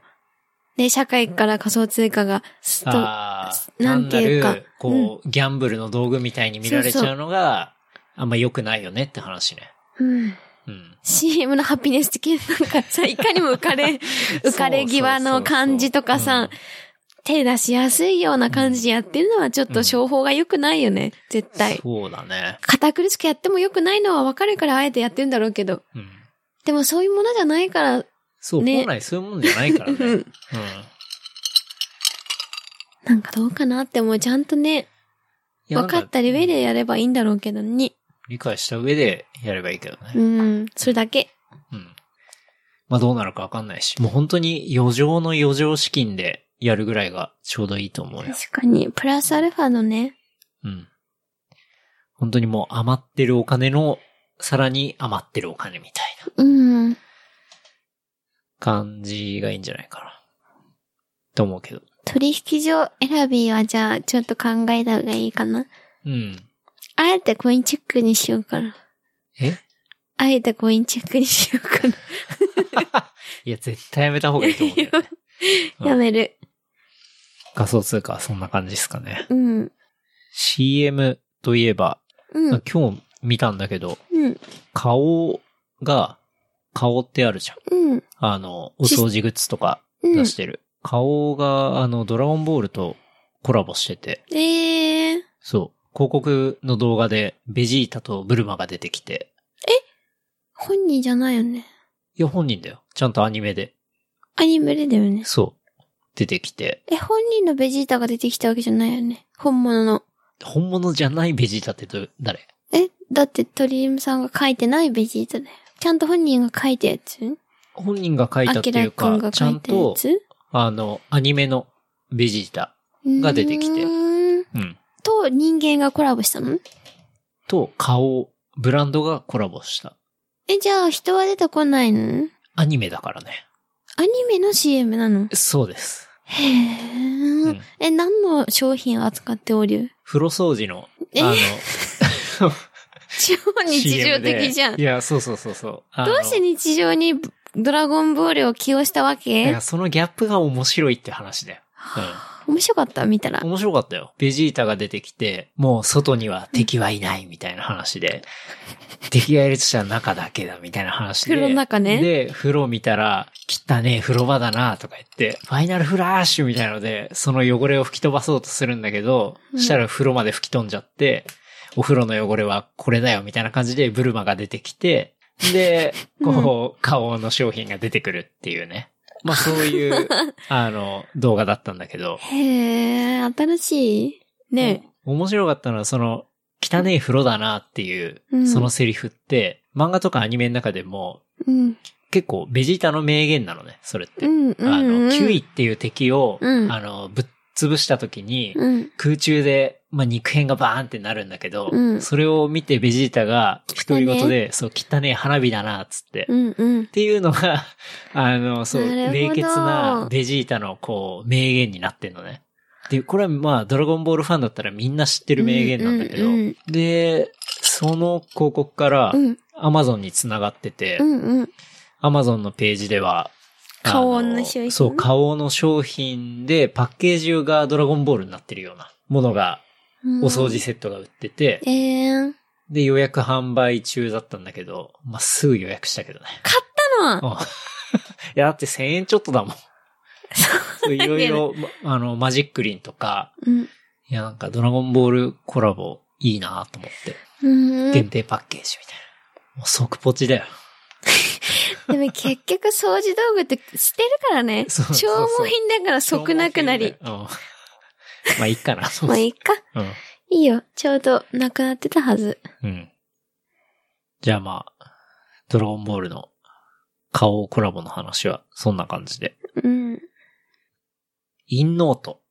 S3: ね、社会から仮想通貨が、すと、
S2: ああ、
S3: な
S2: なんん
S3: て
S2: て
S3: い
S2: いうう
S3: か
S2: か、こう、ギャンブルの道具みたいに見られちゃうのが、あんま良くないよねって話ね。
S3: うん。
S2: うん。
S3: CM のハピネス的なんかさ、いかにも浮か れ、浮かれ際の感じとかさ、手出しやすいような感じでやってるのはちょっと商法が良くないよね、絶対。
S2: そうだね。
S3: 堅苦しくやっても良くないのはわかるからあえてやってるんだろうけど。
S2: うん。
S3: でもそういうものじゃないから、
S2: そう、
S3: ね
S2: 本来そういうもんじゃないからね。
S3: う
S2: うんん。
S3: なんかどうかなってもうちゃんとね、
S2: いや
S3: 分かったり上。
S2: なん
S3: でやればいいんだろうけどに。
S2: 理解した上でやればいいけど
S3: う
S2: ね。
S3: ん、それだけ。
S2: うん。まあどうなるかわかんないし、もう本当に余剰の余剰資金でやるぐらいがちょうどいいと思うよ。
S3: 確かに、プラスアルファのね、
S2: うん。本当にもう余ってるお金の、さらに余ってるお金みたいな
S3: うん、
S2: 感じがいいんじゃないかな。と思うけど。
S3: 取引所選びはじゃあちょっと考えた方がいいかな。
S2: うん。
S3: あえてコインチェックにしようかな。
S2: え
S3: あえてコインチェックにしようかな。
S2: いや、絶対やめた方がいいと思うけ どね。うん
S3: やめる。
S2: 仮想通貨はそんな感じですかね。
S3: うん。
S2: CM といえば、
S3: うん。
S2: 今日見たんだけど、
S3: うん。
S2: 顔が、顔ってあるじゃん。
S3: うん。
S2: あの、お掃除グッズとか
S3: うん
S2: 出。してる。顔が、あの、ドラゴンボールとコラボしてて、
S3: えー。
S2: そう。広告の動画で、ベジータとブルマが出てきて、
S3: 本人じゃないよね。
S2: いや、本人だよ。ちゃんとアニメで。
S3: アニメでだよね。
S2: そう。出てきて、
S3: え、本人のベジータが出てきたわけじゃないよね。本物の。
S2: 本物じゃないベジータってど誰
S3: え、だって鳥ムさんが書いてないベジータだよ。ちゃんと本人が書いたやつ
S2: 本人が描いた
S3: ア
S2: って
S3: キ
S2: い
S3: ラ
S2: う
S3: くん
S2: か、
S3: が
S2: ちゃ
S3: 書い
S2: ん
S3: たや
S2: と、
S3: つ
S2: あの、アニメのベジータ。が出てきて
S3: うーん
S2: うん。
S3: と人間がコラボしたの
S2: と、顔、ブランドがコラボした。
S3: え、じゃあ人は出てこないの
S2: アニメだからね。
S3: アニメの CM なの
S2: そうです。
S3: へー
S2: うん
S3: え、何の商品を扱っておる
S2: 風呂掃除の、
S3: え
S2: あの、
S3: 超日常
S2: CM で
S3: 的じゃん。
S2: い
S3: ど
S2: や、そうそうそうそう。ど
S3: うして日常にドラゴンボールを起用したわ
S2: い
S3: け
S2: や、そのギャップが面白いって話だよ。
S3: 面白かった見たら
S2: うん。。面白かったよ。ベジータが出てきて、もう外には敵はいないみたいな話で、 敵がいるとしたら中だけだみたいな話で。
S3: 風呂の中ね
S2: で、風呂見たら、汚ねえ風呂場だなとか言って、ファイナルフラッシュみたいので、その汚れを吹き飛ばそうとするんだけど、
S3: うん
S2: したら風呂まで吹き飛んじゃって、お風呂の汚れはこれだよみたいな感じでブルマが出てきて、 で、こう、顔の商品が出てくるっていうね。まあそう いう、あの、動画だったんだけど。
S3: へー、新しいね
S2: うん面白かったのは、その、汚い風呂だなっていう
S3: う、ん
S2: そのセリフって、漫画とかアニメの中でも、
S3: うん。
S2: 結構ベジータの名言なのね、それって。
S3: うん。うん。
S2: あ
S3: うん
S2: の、キュイっていう敵を、
S3: うん
S2: あの、ぶっ潰した時に、
S3: うん。
S2: 空中で、まあ、肉片がバーンってなるんだけど、
S3: うん
S2: それを見てベジータが、
S3: 汚
S2: 独
S3: ね
S2: り言で、そう、汚い花火だな、っつって。
S3: うん。うん
S2: っ。ていうのが、 あの、そう、
S3: なるほど
S2: 冷血なベジータの、こう、名言になってんのね。で、これはまあ、ドラゴンボールファンだったらみんな知ってる名言なんだけど、
S3: うんうん
S2: で、その広告から
S3: う、ん。
S2: アマゾンに繋がってて、
S3: うん。うん。
S2: アマゾンのページでは、あ
S3: 花王の商品
S2: そう、花王の商品で、パッケージがドラゴンボールになってるようなものが、
S3: うん
S2: お掃除。セットが売ってて、
S3: えー。
S2: で、予約販売中だったんだけど、まあ、すぐ予約したけどね。
S3: なの
S2: うんいや、だって1000円ちょっとだもん。そういろい ろ、まあの、マジックリンとか、
S3: うん。
S2: いや、なんかドラゴンボールコラボいいなと思って、
S3: うん。
S2: 限定パッケージみたいな。もう即ポチだよ。
S3: でも結局掃除道具って捨てるからね。
S2: そうそう
S3: 消
S2: そう
S3: 耗品だから即なくなり。
S2: うん。まあいいかなと 思っ
S3: まあ
S2: て。
S3: いいか。いいよ。ちょうどなくなってたはず。
S2: うん。うん。じゃあまあ、ドラゴンボールの顔コラボの話はそんな感じで。
S3: うん。
S2: インノート。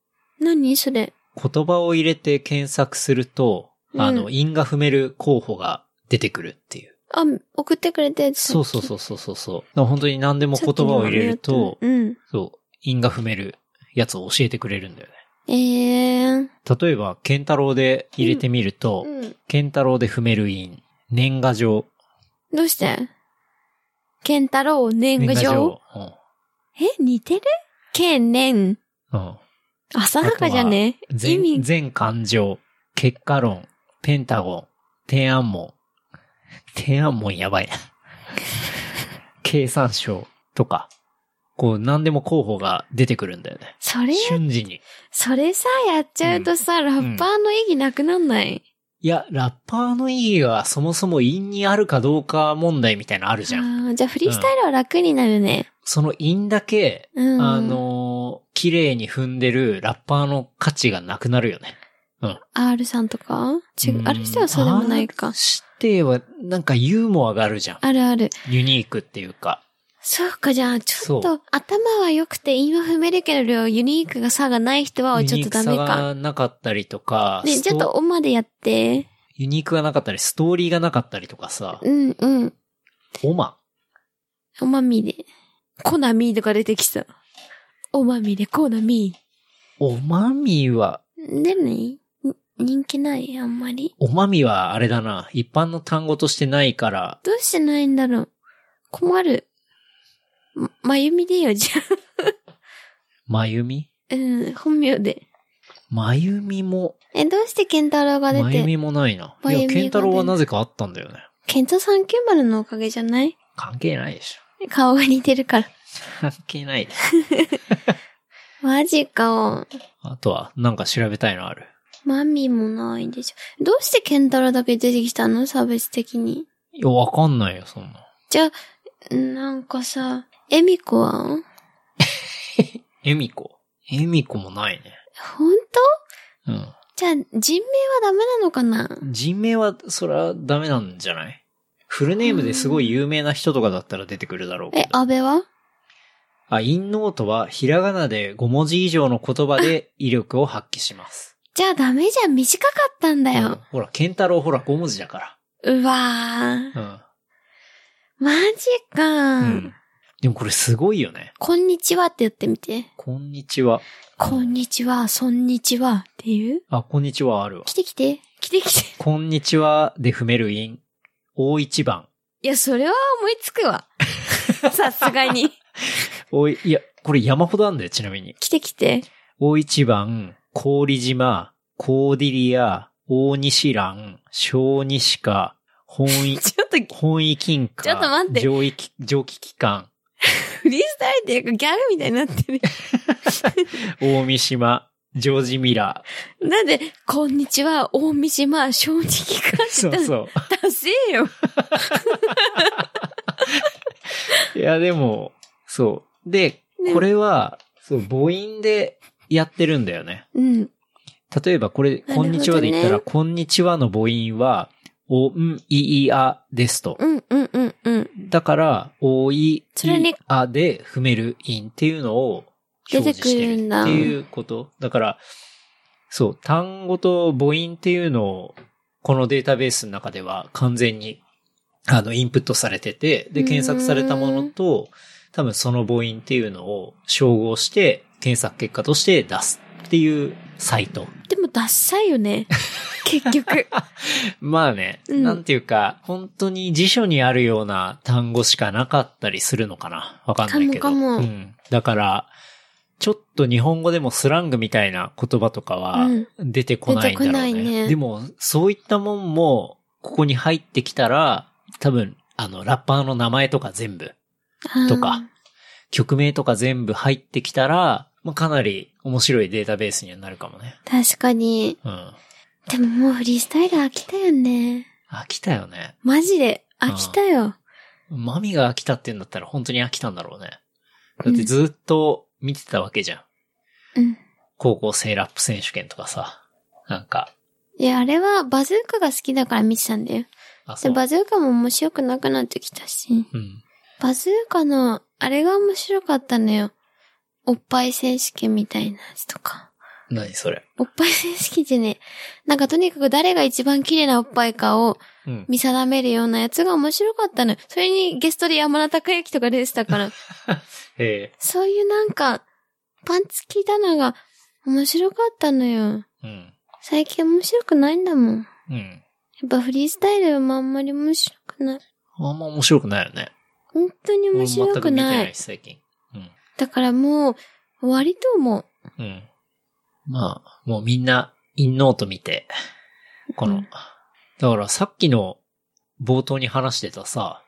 S3: 何それ。
S2: 言葉を入れて検索すると、あ
S3: う
S2: の、
S3: ん
S2: 因が踏める候補が出てくるっていう。
S3: あ、送ってくれて。
S2: そうそうそうそうそうそう。だから本当に何でも言葉を入れると、
S3: うん。
S2: そう、因が踏めるやつを教えてくれるんだよね。
S3: えー。
S2: 例えば、ケンタロウで入れてみると、
S3: うん。
S2: ケンタロウで踏める因、年賀状。
S3: どうしてケンタロウ、年賀状え、似てるケン、年。
S2: うん。うん。
S3: 浅はかじゃね意
S2: 全、
S3: 味。
S2: 全感情、結果論、ペンタゴン、天安門。天安門やばい な。経産省とか、こう何でも候補が出てくるんだよね。
S3: それや、
S2: 瞬時に。
S3: それさ、やっちゃうとさ、ラッパーの意義なくなんない
S2: いや、ラッパーの意義がそもそも因にあるかどうか問題みたいなのあるじゃん。
S3: あーじゃあフリースタイルは楽になるね。
S2: その因だけ、
S3: うん。
S2: あ、のー綺麗に踏んでるラッパーの価値がなくなるよね。
S3: R さんとか違う、
S2: うん
S3: R してはそうでもないか
S2: R。しては、なんかユーモアがあるじゃん。
S3: あるある。
S2: ユニークっていうか。
S3: そうか、じゃあ、ちょっ
S2: そ
S3: と、頭は良くて、韻は踏めるけど、ユニークが差がない人は、
S2: ユ
S3: ちょっ
S2: ニ
S3: と
S2: ーク
S3: ダ
S2: さ
S3: メか。
S2: がなかったりとか、
S3: ね、
S2: ス
S3: ち
S2: ト
S3: ょっと、おまでやって。
S2: ユニークがなかったり、ストーリーがなかったりとかさ、
S3: うん、うん。
S2: オマ。
S3: おまみで。コナミとか出てきそう。おまみで、コナミ。
S2: おまみは、
S3: でね、に人気ないあんまり。
S2: おまみはあれだな、一般の単語としてないから、
S3: どうしてないんだろう。困る。ま、まゆみでよ、じゃ
S2: まゆみ
S3: あ。 うん、本名で。
S2: まゆみも、
S3: え、どうしてケンタロウが出
S2: まゆ
S3: て、
S2: みもないな。い
S3: まゆみ
S2: や、
S3: が
S2: ケンタロウはなぜかあったんだよね。
S3: ケント390のおかげじゃない
S2: 関係ないでしょ。
S3: 顔が似てるから。
S2: 関係ないでしょ。
S3: マジか。
S2: あとは、なんか調べたいのある。
S3: マミもないでしょ。どうしてケンタロウだけ出てきたの差別的に。
S2: いや、わかんないよ、そんな。
S3: じゃあ、なんかさ、エミコは
S2: エミコ。エミコもないね。
S3: 本当
S2: うん。
S3: じゃあ、人名はダメなのかな
S2: 人名は、そりゃダメなんじゃないフルネームですごい有名な人とかだったら出てくるだろうけ
S3: え
S2: ど、。
S3: 安倍は
S2: あ、インノートは、ひらがなで5文字以上の言葉で威力を発揮します。
S3: じゃあダメじゃん、短かったんだ
S2: うん
S3: よ。
S2: ほら、ケンタロウほら5文字だか
S3: うわー。
S2: ら。
S3: マジか、
S2: うん。うん。でもこれすごいよね。
S3: こんにちはって言ってみて。
S2: こんにちは。
S3: こんにちは、そんにちはっていう
S2: あ、こんにちはあるわ
S3: 来。て来て。来て来て。
S2: こんにちはで踏める因。大一番。
S3: いや、それは思いつくわ。 さすがに。
S2: おい、いや、これ山ほどあんだよ、ちなみに。
S3: 来て来て。
S2: 大一番、氷島、コーディリア、大西蘭、小西下、本 位、
S3: ちょっと
S2: 本位金貨、
S3: ちょっと待って
S2: 上位き、上気機関、
S3: フリースタイルっていうかギャグみたいに なってる。
S2: 大三島、ジョージミラ
S3: なんで、こんにちは、大三島、正直
S2: ー。
S3: 感じ
S2: そ
S3: た
S2: う
S3: の。
S2: そ
S3: ダセえよ。
S2: う。いや、でも、そう。で、
S3: ね
S2: これは、そう、母音でやってるんだよね。
S3: うん。
S2: 例えばこれ、こ
S3: ほどね
S2: んにちはで言ったら、こんにちはの母音は、おん、いい、あですと。
S3: うん、うん、うん、うん。
S2: だから、おい、
S3: それに
S2: いあで踏める因っていうのを表示してるっていうこと。だから、そう、単語と母音っていうのを、このデータベースの中では完全に、あの、インプットされてて、で、
S3: うーん
S2: 検索されたものと、多分その母音っていうのを照合して、検索結果として出すっていうサイト。
S3: でも、ダッサい よね。結局。
S2: まあね、
S3: うん
S2: なんていうか、本当に辞書にあるような単語しかなかったりするのかなわかんないけど。
S3: かもかも
S2: うん。だから、ちょっと日本語でもスラングみたいな言葉とかは
S3: うん
S2: 出てこないんだろう
S3: 出てこな
S2: ね。
S3: いね
S2: でも、そういったもんも、ここに入ってきたら、多分、あの、ラッパーの名前とか全部、 とか。曲名とか全部入ってきたら、まあ、かなり面白いデータベースにはなるかもね。
S3: あー。確かに。
S2: うん。
S3: でももうフリースタイル飽きたよね。
S2: 飽きたよね。
S3: マジで飽きたよ。
S2: マミが飽きたって言うんだったら本当に飽きたんだろうね。だってずっと見てたわけじゃん。
S3: うん。
S2: 高校生ラップ選手権とかさ。なんか、
S3: いや、あれはバズーカが好きだから見てたんだよ。
S2: あ、そ
S3: で、
S2: う。
S3: バズーカも面白くなくなってきたし。
S2: うん。
S3: バズーカの、あれが面白かったのよ。おっぱい選手権みたいなやつとか。
S2: 何それ。
S3: おっぱい選手権じゃねえ。なんかとにかく誰が一番綺麗なおっぱいかを
S2: うん。
S3: 見定めるようなやつが面白かったの。それにゲストで山田孝之とか出てたから、
S2: え
S3: そういうなんか、パンツ聞いたのが面白かったのよ。
S2: えうん。
S3: 最近面白くないんだもん。や
S2: うん。
S3: っぱフリースタイルはあんまり面白くない。
S2: あんま面白くないよね。
S3: 本当に面白く
S2: 俺も全く見て
S3: な。
S2: ないいし、最近。うん。
S3: だからもう、終わりと思う。
S2: うん。まあ、もうみんな、インノート見て、この、
S3: うん
S2: だからさっきの冒頭に話してたさ、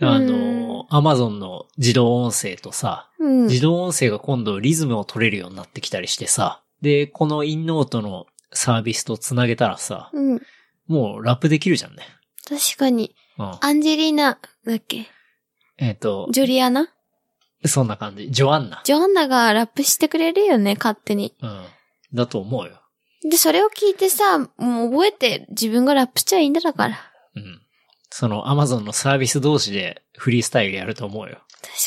S2: あの、アマゾンの自動音声とさ、
S3: うん。
S2: 自動音声が今度リズムを取れるようになってきたりしてさ、で、このインノートのサービスとつなげたらさ、
S3: うん。
S2: もうラップできるじゃんね。
S3: 確かに。
S2: うん。
S3: アンジェリーナ、だっけ
S2: えっ、と、
S3: ジョリアナ
S2: そんな感じ。ジョアンナ。
S3: ジョアンナがラップしてくれるよね、勝手に。
S2: うん。だと思うよ。
S3: で、それを聞いてさ、もう覚えて自分がラップしちゃいいんだから。
S2: うん。そのアマゾンのサービス同士でフリースタイルやると思うよ。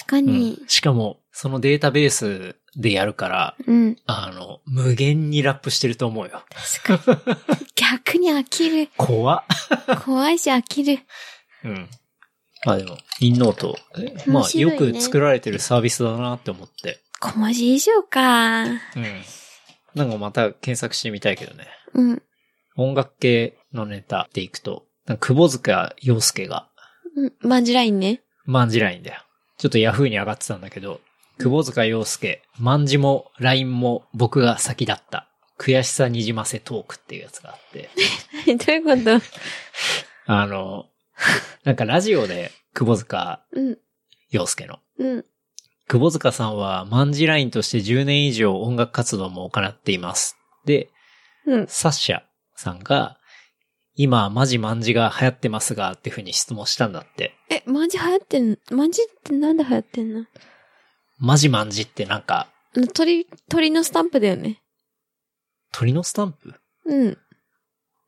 S3: 確か
S2: う
S3: に
S2: ん。。しかも、そのデータベースでやるから、
S3: うん。
S2: あの、無限にラップしてると思うよ。
S3: 確かに。逆に飽きる。
S2: 怖っ。
S3: 怖いし飽きる。
S2: うん。まあでも、インノート、まあ
S3: 面白い
S2: よ
S3: ね
S2: く作られてるサービスだなって思って。
S3: 小文字以上か。
S2: うん。なんかまた検索してみたいけどね。
S3: うん。
S2: 音楽系のネタでいくと、なんか窪塚洋介が
S3: うんマンジュラインね。
S2: 万字ラインだよ。ちょっとヤフーに上がってたんだけど、窪塚洋介、万字もラインも僕が先だった。悔しさにじませトークっていうやつがあって。
S3: どういうこ
S2: あの、なんかラジオで、窪塚
S3: とうん。
S2: 洋介の。
S3: うん。
S2: 窪塚さんは、万字ラインとして10年以上音楽活動も行っています。で、
S3: うん。
S2: サッシャさんが、今、マジマンジが流行ってますが、っていうふうに質問したんだって。
S3: え、マンジ流行ってんのマンジってなんで流行ってんの
S2: マジマンジってなんか、
S3: あの鳥、鳥のスタンプだよね。
S2: 鳥のスタンプ
S3: うん。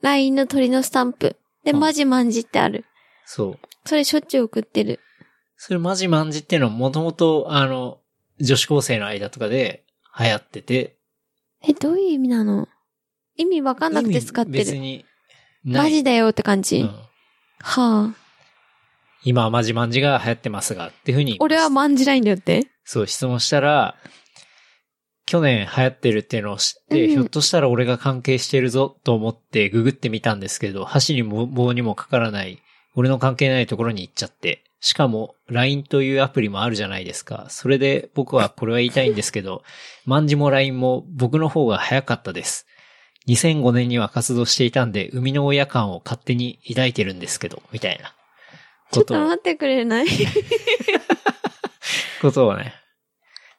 S3: LINE の鳥のスタンプ。で、
S2: うん
S3: マジマンジってある。
S2: そう。
S3: それしょっちゅう送ってる。
S2: それマジマンジっていうのはもともと、あの、女子高生の間とかで流行ってて。
S3: え、どういう意味なの意味わかんなくて使っ
S2: 意
S3: て
S2: 味別
S3: る。
S2: にない、
S3: マジだよって感じ。
S2: うん
S3: はあ。
S2: 今はマジマンジが流行ってますが、っていうふうに。
S3: 俺はマンジラインだよって
S2: そう、質問したら、去年流行ってるっていうのを知って、
S3: うん
S2: ひょっとしたら俺が関係してるぞと思ってググってみたんですけど、箸にも棒にもかからない、俺の関係ないところに行っちゃって、しかも LINE というアプリもあるじゃないですか。それで僕はこれは言いたいんですけど、 万字も LINE も僕の方が早かったです。2005年には活動していたんで、生みの親感を勝手に抱いてるんですけど、みたいな
S3: ち
S2: こ
S3: ょっ
S2: と
S3: と
S2: を。
S3: 待ってくれない
S2: ことをね、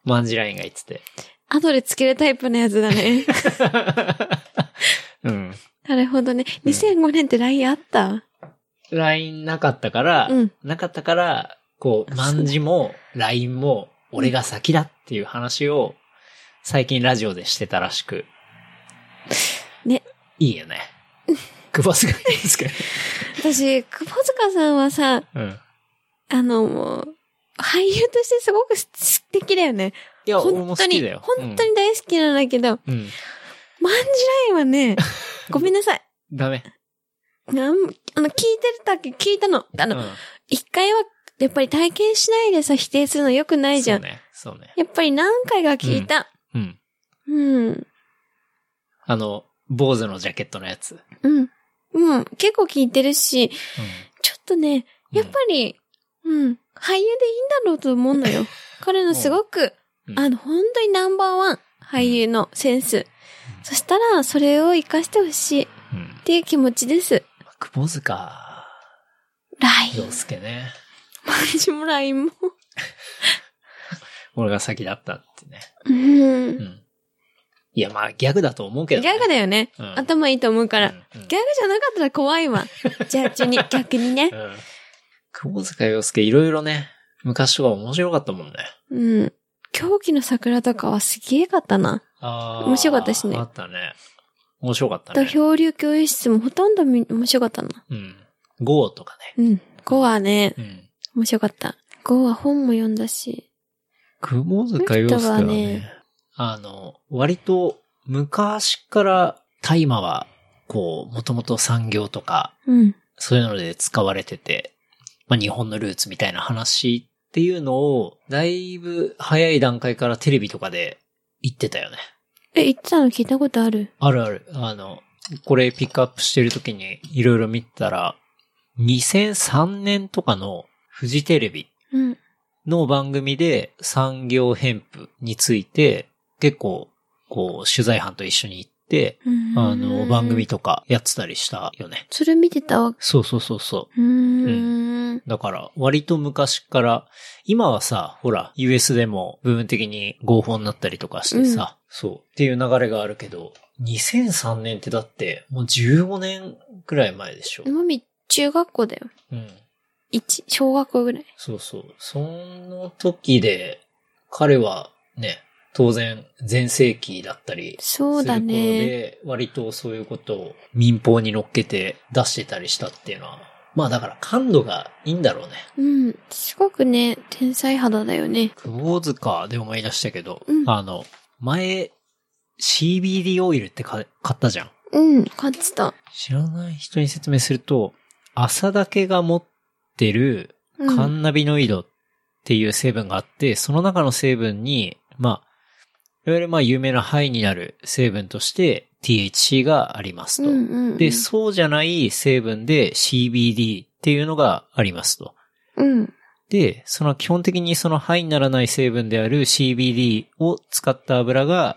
S2: マンジラインが言ってて。
S3: 後でつけるタイプのやつだね。
S2: うん。
S3: なるほどね。2005年って LINE あった、
S2: LINE なかったから、
S3: うん
S2: なかったから、こう、万字も LINE も俺が先だっていう話を最近ラジオでしてたらしく。
S3: ね。
S2: いいよね。久保すがいいですけど。
S3: 私、久保塚さんはさ、
S2: うん。
S3: あの、もう、俳優としてすごく素素敵だよね。
S2: いや、俺も好
S3: 本当
S2: き
S3: に
S2: だ、よ。
S3: 本当に大好きなんだけど、
S2: うん。うん。
S3: マンジラインはね、ごめんなさい。
S2: ダメ。
S3: なんあの、聞いてたっけ聞いたの。あ
S2: う
S3: の、
S2: ん
S3: 一回は、やっぱり体験しないでさ、否定するの良くないじゃん。
S2: そうね。そうね。
S3: やっぱり何回か聞いた。
S2: うん。
S3: うん。
S2: あの、坊主のジャケットのやつ。うん。
S3: うん。うん。結構聞いてるし、ちょっとね、やっぱり、うん、俳優でいいんだろうと思うの よ。彼のすごく、
S2: うん
S3: あの、本当にナンバーワン、俳優のセンス。そしたら、それを活かしてほしいっ
S2: り。うん。
S3: ていう気持ちです。
S2: 久保塚
S3: ライン
S2: 洋。介ね。
S3: 私もラインも。
S2: 俺が先だったってね。
S3: うん
S2: う。ん。いや、まあ、ギャグだと思うけ
S3: ギャ
S2: ど、
S3: グ
S2: ね。
S3: だよね。
S2: うん
S3: 頭いいと思うから。ギ
S2: うんうん
S3: ャグじゃなかったら怖いわ。ジャ ッジに、逆にね。
S2: うん。久保塚洋介いろいろね、昔とか面白かったもんね。
S3: うん。狂気の桜とかはすげえかったな。
S2: あ
S3: ー面白かったしね
S2: あったね。面白かった
S3: と、
S2: ね。
S3: 漂流教室もほとんどみ面白かったな。
S2: うん。ゴーとか
S3: うん。5はね、
S2: ね。うん。
S3: 面白かった。5は本も読んだし。
S2: 久保塚洋介は
S3: こ
S2: ね、
S3: の人はね
S2: あの、割と昔から大麻は、こう、もともと産業とか、
S3: うん。
S2: そういうので使われてて、まあ日本のルーツみたいな話っていうのを、だいぶ早い段階からテレビとかで言ってたよね。
S3: え、言ってたの聞いたことある
S2: あるある。あの、これピックアップしてる時にいろいろ見てたら、2003年とかのフジテレビ
S3: うん。
S2: の番組で産業偏布について、結構、こう、取材班と一緒に行って、
S3: うん
S2: あの、番組。とかやってたりしたよね。
S3: それ見てたわ。う
S2: そうそうそうそ
S3: ーん。
S2: う。だから、割と昔から、今はさ、ほら、US でも部分的に合法になったりとかしてさ、そう、っていう流れがあるけど、2003年ってだって、もう15年くらい前でしょ。
S3: マミ、中学校だよ。
S2: うん。
S3: 一、小学校ぐらい。
S2: そうそう。その時で、彼はね、当然、全盛期だったり、
S3: そうだね。
S2: で、割とそういうことを民放に乗っけて出してたりしたっていうのは、まあだから感度がいいんだろうね。
S3: うん。すごくね、天才肌だよね。
S2: 窪塚で思い出したけど、
S3: うん
S2: あの、前、CBD オイルってか買ったじゃん。
S3: うん。勝ってた。
S2: 知らない人に説明すると、朝だけが持ってる
S3: うん
S2: カンナビノイドっていう成分があって、その中の成分に、まあ、いわゆるまあ有名な肺になる成分として THC がありますと。
S3: うんうんうん、
S2: で、そうじゃない成分で CBD っていうのがありますと。
S3: うん。
S2: で、その基本的にその肺にならない成分である CBD を使った油が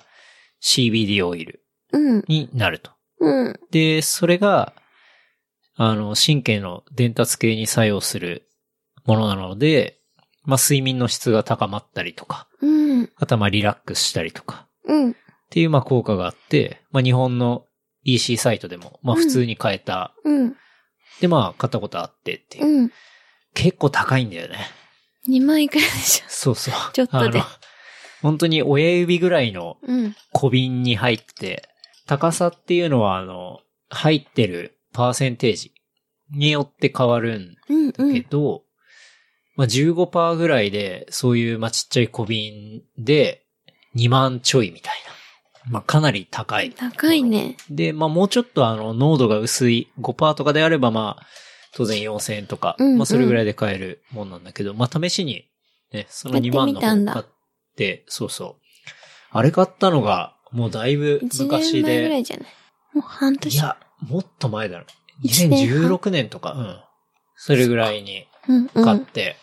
S2: CBD オイル
S3: うん。
S2: になると。
S3: うん。
S2: で、それが、あの、神経の伝達系に作用するものなので、まあ、睡眠の質が高まったりとか、
S3: うん。
S2: あとはまあリラックスしたりとか、
S3: うん。
S2: っていうまあ効果があって、まあ、日本の EC サイトでも、まあ、
S3: うん
S2: 普通に買えた
S3: うん。
S2: で、まあ、買ったことあってっていう。
S3: うん。
S2: 結構高いんだよね。
S3: 2万いくらでしょ。
S2: そうそう。
S3: ちょっとで
S2: あの。本当に親指ぐらいの
S3: うん。
S2: 小瓶に入って、高さっていうのは、あの、入ってるパーセンテージによって変わるん
S3: うん。う
S2: だけ
S3: ん。
S2: ど、まあ15%ぐらいで、そういう、まあちっちゃい小瓶で2万ちょいみたいな。まあかなり高い。
S3: 高いね。
S2: で、まあもうちょっとあの、濃度が薄い5%とかであれば、まあ、当然4000円とか、
S3: うんうん
S2: まあそれぐらいで買えるもんなんだけど、まあ試しに、ね、その2万の
S3: やって
S2: 方
S3: みたんだ
S2: 買って、そうそう。あれ買ったのが、もうだいぶ
S3: 1
S2: 昔
S3: 年前ぐら
S2: で、
S3: いじゃないもう半
S2: い
S3: 年。
S2: や、もっと前だろ。
S3: 一年半
S2: 2016年とか、うん。それぐらいに
S3: うん。う
S2: 買っ
S3: ん。
S2: て、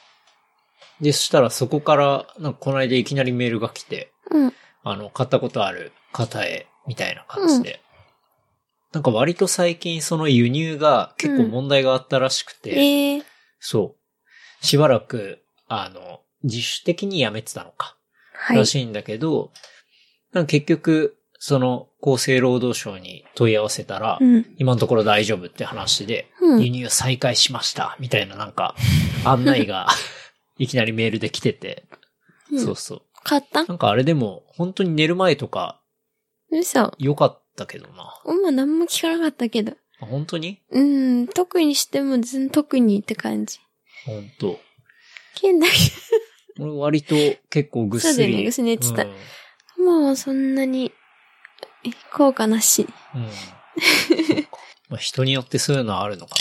S2: で、そしたらそこから、なんかこの間いきなりメールが来て、
S3: うん。
S2: あの、買ったことある方へ、みたいな感じで。なんか割と最近その輸入が結構問題があったらしくて、
S3: ええ
S2: そう。しばらく、あの、自主的にやめてたのか、
S3: はい
S2: ら。しいんだけど、なんか結局、その厚生労働省に問い合わせたら、
S3: うん。
S2: 今のところ大丈夫って話で、
S3: うん
S2: 輸入再開しました、みたいななんか、案内 がいきなりメールで来てて、
S3: うん
S2: そうそう。
S3: 買った
S2: なんかあれでも、本当に寝る前とか
S3: 嘘。
S2: 良かったけどな。
S3: 今何も聞かなかったけど。
S2: あ本当に
S3: うん。特にしても全特にって感じ。
S2: 本当。
S3: 剣だけ
S2: 俺割と結構ぐっすり。
S3: そうだよねぐっすり寝てた
S2: うん。
S3: ど。もうそんなに、え効果なし。
S2: うんそっかまあ、人によってそういうのはあるのか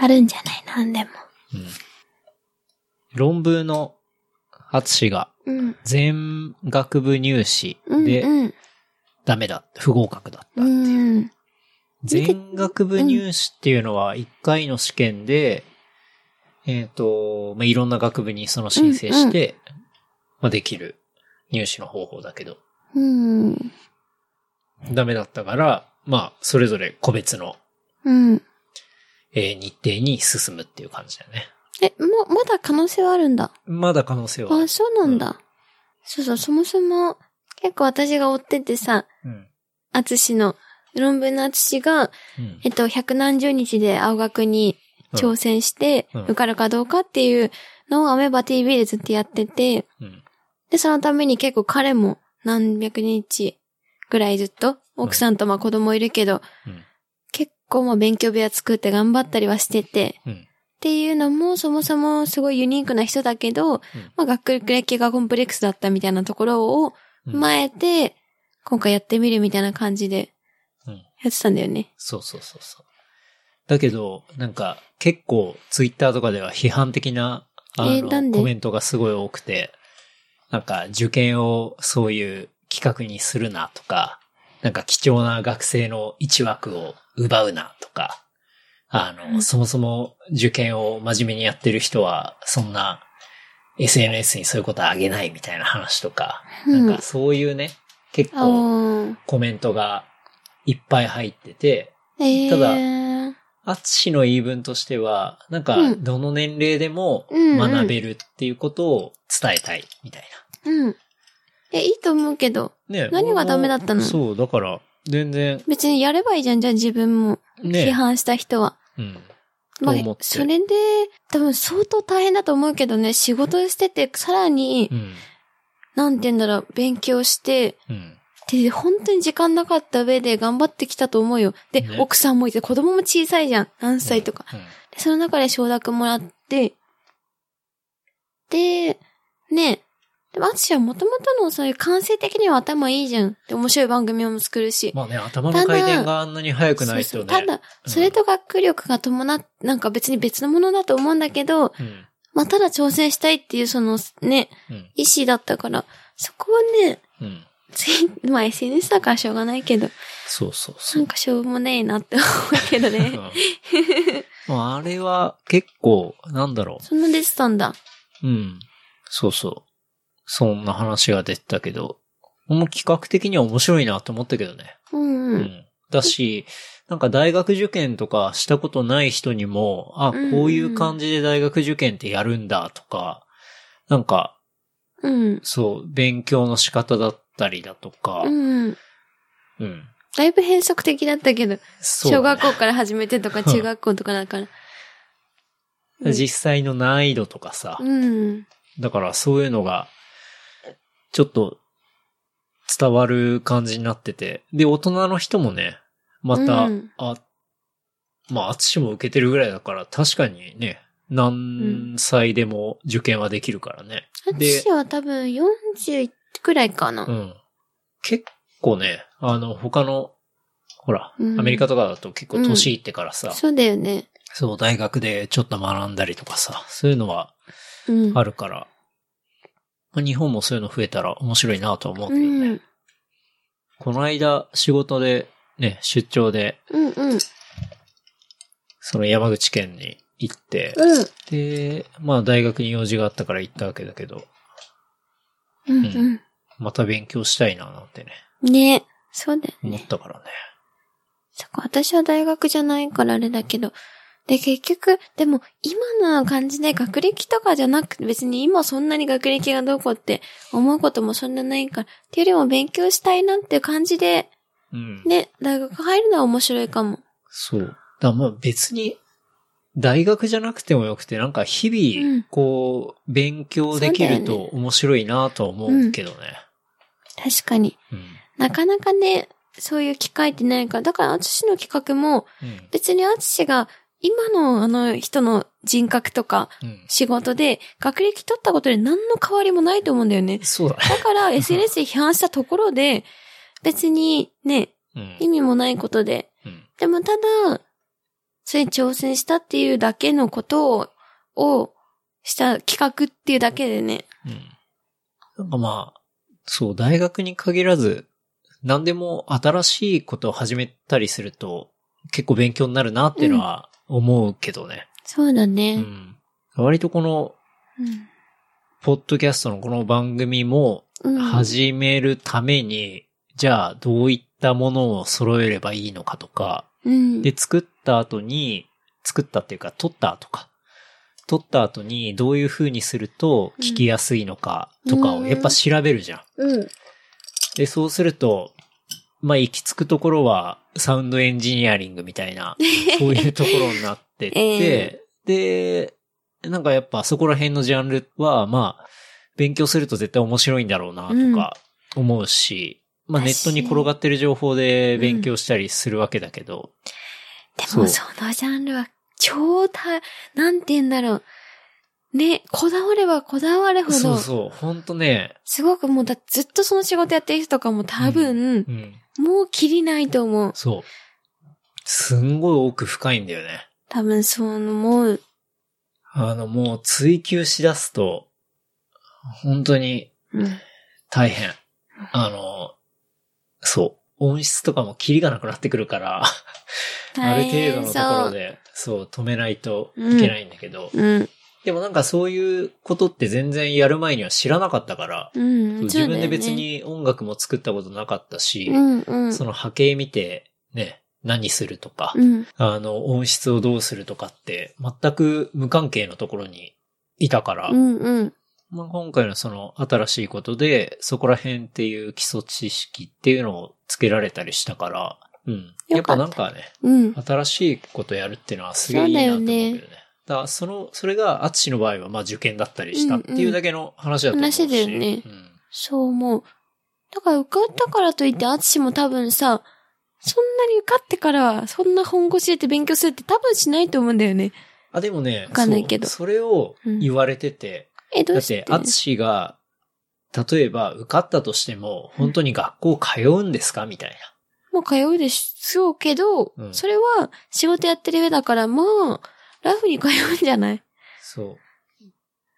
S3: なるんじゃないなんでも。
S2: もね。うん。論文の淳が
S3: うん。
S2: 全学部入試
S3: うん。
S2: で
S3: うん。
S2: ダメだ、不合格だった。
S3: うん。
S2: 全学部入試っていうのは1回の試験で、えっ、と、まあ、いろんな学部にその申請して、まあ、できる入試の方法だけど、
S3: うん。
S2: ダメだったから、まあ、それぞれ個別の、
S3: うん。
S2: えー日程に進むっていう感じだよね。
S3: え、もう、まだ可能性はあるんだ。
S2: まだ可能性はあ
S3: あ、
S2: る。
S3: そうなんだ。そうそう、そもそも、結構私が追っててさ、
S2: うん。
S3: あつしの、論文のあつしが、
S2: うん
S3: えっと、百何十日で青学に挑戦して、
S2: うんうん
S3: 受かるかどうかっていうのをアメバ TV でずっとやってて、
S2: うん。
S3: で、そのために結構彼も何百日ぐらいずっと、奥さんとまあ子供いるけど、
S2: うん
S3: 結構もう勉強部屋作って頑張ったりはしてて、
S2: うん。
S3: っていうのもそもそもすごいユニークな人だけど、まあ学歴がコンプレックスだったみたいなところを
S2: うん、
S3: 踏まえて、今回やってみるみたいな感じで
S2: うん、
S3: やってたんだよね。
S2: そうそうそうそう。だけど、なんか結構ツイッターとかでは批判的なあの、
S3: えーなんで
S2: コメントがすごい多くて、なんか受験をそういう企画にするなとか、なんか貴重な学生の一枠を奪うなとか、あの、
S3: うん
S2: そもそも受験を真面目にやってる人はそんな SNS にそういうことはあげないみたいな話とか、
S3: うん
S2: なんかそういうね、結
S3: あ
S2: 構
S3: ー
S2: コメントがいっぱい入ってて、
S3: ええ
S2: ただ
S3: ー。
S2: アツシの言い分としては、なんか
S3: う、ん
S2: どの年齢でも
S3: うんうん
S2: 学べるっていうことを伝えたい、みたい
S3: うん。え、いいと思うけど、
S2: な。ね
S3: 何がダメだった
S2: 俺
S3: の
S2: もそう、だから、全然、
S3: 別にやればいいじゃん、じゃあ自分も。
S2: ね
S3: 批判した人は。
S2: うん。
S3: まあ
S2: と思っ、て
S3: それで、多分相当大変だと思うけどね、仕事してて、さらに、
S2: うん。
S3: なんて言うんだろう、勉強して、
S2: うん。
S3: で、本当に時間なかった上で頑張ってきたと思うよ。で、
S2: ね
S3: 奥さんもいて、子供も小さいじゃん。何歳とか。
S2: うん。
S3: でその中で承諾もらって、で、ねえ、でも、アツシはもともとのそういう感性的には頭いいじゃん。で、面白い番組も作るし。
S2: まあね、頭の回転があんなに速くないと
S3: そうそう
S2: ね。
S3: ただ、それと学力が伴っ、なんか別に別のものだと思うんだけど、
S2: うん、
S3: まあ、ただ挑戦したいっていう、その、ね、
S2: うん。
S3: 意思だったから、そこはね、
S2: うん。
S3: つい まあ SNS だからしょうがないけど、
S2: そうそうそ
S3: な
S2: う。
S3: んかしょうもねえなって思うけど
S2: う
S3: ね。
S2: んまああれは結構、なんだろう。
S3: そんな出てたんだ。
S2: うん。そうそう。そんな話が出てたけど、もう企画的には面白いなと思ったけどね。
S3: うん
S2: う
S3: うん。
S2: ん。だし、なんか大学受験とかしたことない人にも、あ、
S3: うん
S2: こういう感じで大学受験ってやるんだとか、なんか、
S3: うん。
S2: そう、勉強の仕方だったりだとか、
S3: うん。
S2: うん。
S3: だいぶ変則的だったけど、
S2: そう
S3: 小
S2: だ
S3: 学
S2: ね、
S3: 校から始めてとか中学校とかだから。うん
S2: 実際の難易度とかさ、
S3: うん。
S2: だからそういうのが、ちょっと伝わる感じになってて。で、大人の人もね、また、
S3: うん
S2: あ、まあ、淳も受けてるぐらいだから、確かにね、何歳でも受験はできるからね。で
S3: 私は多分40くらいかな
S2: う。ん。結構ね、あの、他の、ほら、
S3: うん
S2: アメリカとかだと結構年いってからさ、
S3: そうだよね。
S2: そう、大学でちょっと学んだりとかさ、そういうのは
S3: うん。
S2: あるから、まあ日本もそういうの増えたら面白いなとは思うけ
S3: う
S2: どね。
S3: ん。
S2: この間仕事でね、出張で、
S3: うんうん。
S2: その山口県に行って、
S3: うん。
S2: で、まあ大学に用事があったから行ったわけだけど、
S3: うん
S2: また勉強したいななんてね、
S3: うん。ねそうだよ
S2: 思っ
S3: ね。
S2: たからね。
S3: そこ、私は大学じゃないからあれだけど。で、結局、でも、今の感じで学歴とかじゃなくて、別に今そんなに学歴がどうこうって思うこともそんなないから、っていうよりも勉強したいなっていう感じで、
S2: うん。
S3: ね、大学入るのは面白いかも。
S2: そう。だからまあ別に、大学じゃなくてもよくて、なんか日
S3: う
S2: 々
S3: ん、
S2: こう、勉強できる
S3: そう
S2: と
S3: だよ
S2: 面白いなとは思うけどね。
S3: 確かに。
S2: うん。
S3: なかなかね、そういう機会ってないから。だから、アツシの企画も、
S2: うん。
S3: 別にアツシが、今のあの人の人格とか
S2: うん。
S3: 仕事で学歴取ったことで何の変わりもないと思うんだよね。
S2: そうだね。
S3: だから SNS で批判したところで、別にね、
S2: うん
S3: 意味もないことで。
S2: うん。
S3: でもただ、それに挑戦したっていうだけのことを、をした企画っていうだけでね。
S2: うん。なんかまあ、そう、大学に限らず、何でも新しいことを始めたりすると、結構勉強になるなっていうのは思うけどね。
S3: そうだ
S2: う
S3: ね。
S2: ん。割とこの、
S3: うん。
S2: ポッドキャストのこの番組も、
S3: うん。
S2: 始めるために、じゃあどういったものを揃えればいいのかとか、
S3: うん。
S2: で、作った後に、作ったっていうか、撮った後か。撮った後に、どういう風にすると聞きやすいのかとか
S3: う
S2: を、
S3: ん
S2: やっぱ調べるじゃん。
S3: うん。
S2: で、そうすると、まあ、行き着くところは、サウンドエンジニアリングみたい な、そういうところになってっ
S3: え
S2: て、で、なんかやっぱそこら辺のジャンルは、まあ、勉強すると絶対面白いんだろうな、とか思うし、まあ、ネ
S3: だ
S2: ッ
S3: し
S2: トに転がってる情報で勉強したりするわけだけど、
S3: で
S2: そ
S3: も
S2: う
S3: そのジャンルは超大、なんて言うんだろう。ね、こだわればこだわるほ
S2: そう
S3: ど、
S2: そう。ほんとね。
S3: すごくもうだ、ずっとその仕事やってる人とかも多分、
S2: うん。
S3: もう切りないと思う。
S2: そう。すんごい奥深いんだよね。
S3: 多分そう思う。
S2: あの、もう追求しだすと、本当に
S3: うん。
S2: 大変。あの、そう。音質とかもキリがなくなってくるから、ある程度のところで、そう、止めないといけないんだけど、
S3: うん。
S2: でもなんかそういうことって全然やる前には知らなかったから、
S3: うん。
S2: 自分で別
S3: そうだよね。
S2: に音楽も作ったことなかったし
S3: う、んうん。
S2: その波形見て、ね、何するとか、
S3: うん。
S2: あの、音質をどうするとかって、全く無関係のところにいたから、
S3: うんうん。
S2: まあ、今回のその新しいことで、そこら辺っていう基礎知識っていうのをつけられたりしたから、うん。や
S3: よ
S2: っ
S3: か
S2: ぱ
S3: った
S2: なんかね、
S3: うん。
S2: 新しいことやるっていうのはすげえいいなと思うけど
S3: そうだよ
S2: ね
S3: ね。
S2: だから、その、それが、アツシの場合は、まあ、受験だったりしたっていうだけの話だと思うし。
S3: うんうん話だよね
S2: うん。
S3: そう思う。だから受かったからといって、アツシも多分さ、そんなに受かってからは、そんな本腰入れて勉強するって多分しないと思うんだよね。
S2: あ、でもね、
S3: わかんないけど
S2: そうそれを言われてて、
S3: え、ど
S2: だ
S3: う
S2: っ
S3: して
S2: て、アツシが、例えば受かったとしても、本当に学校通うんですかみたい
S3: もう通うでしょうけど、
S2: うん
S3: それは仕事やってる上だから、まあ、ラフに通うんじゃない
S2: な。そう。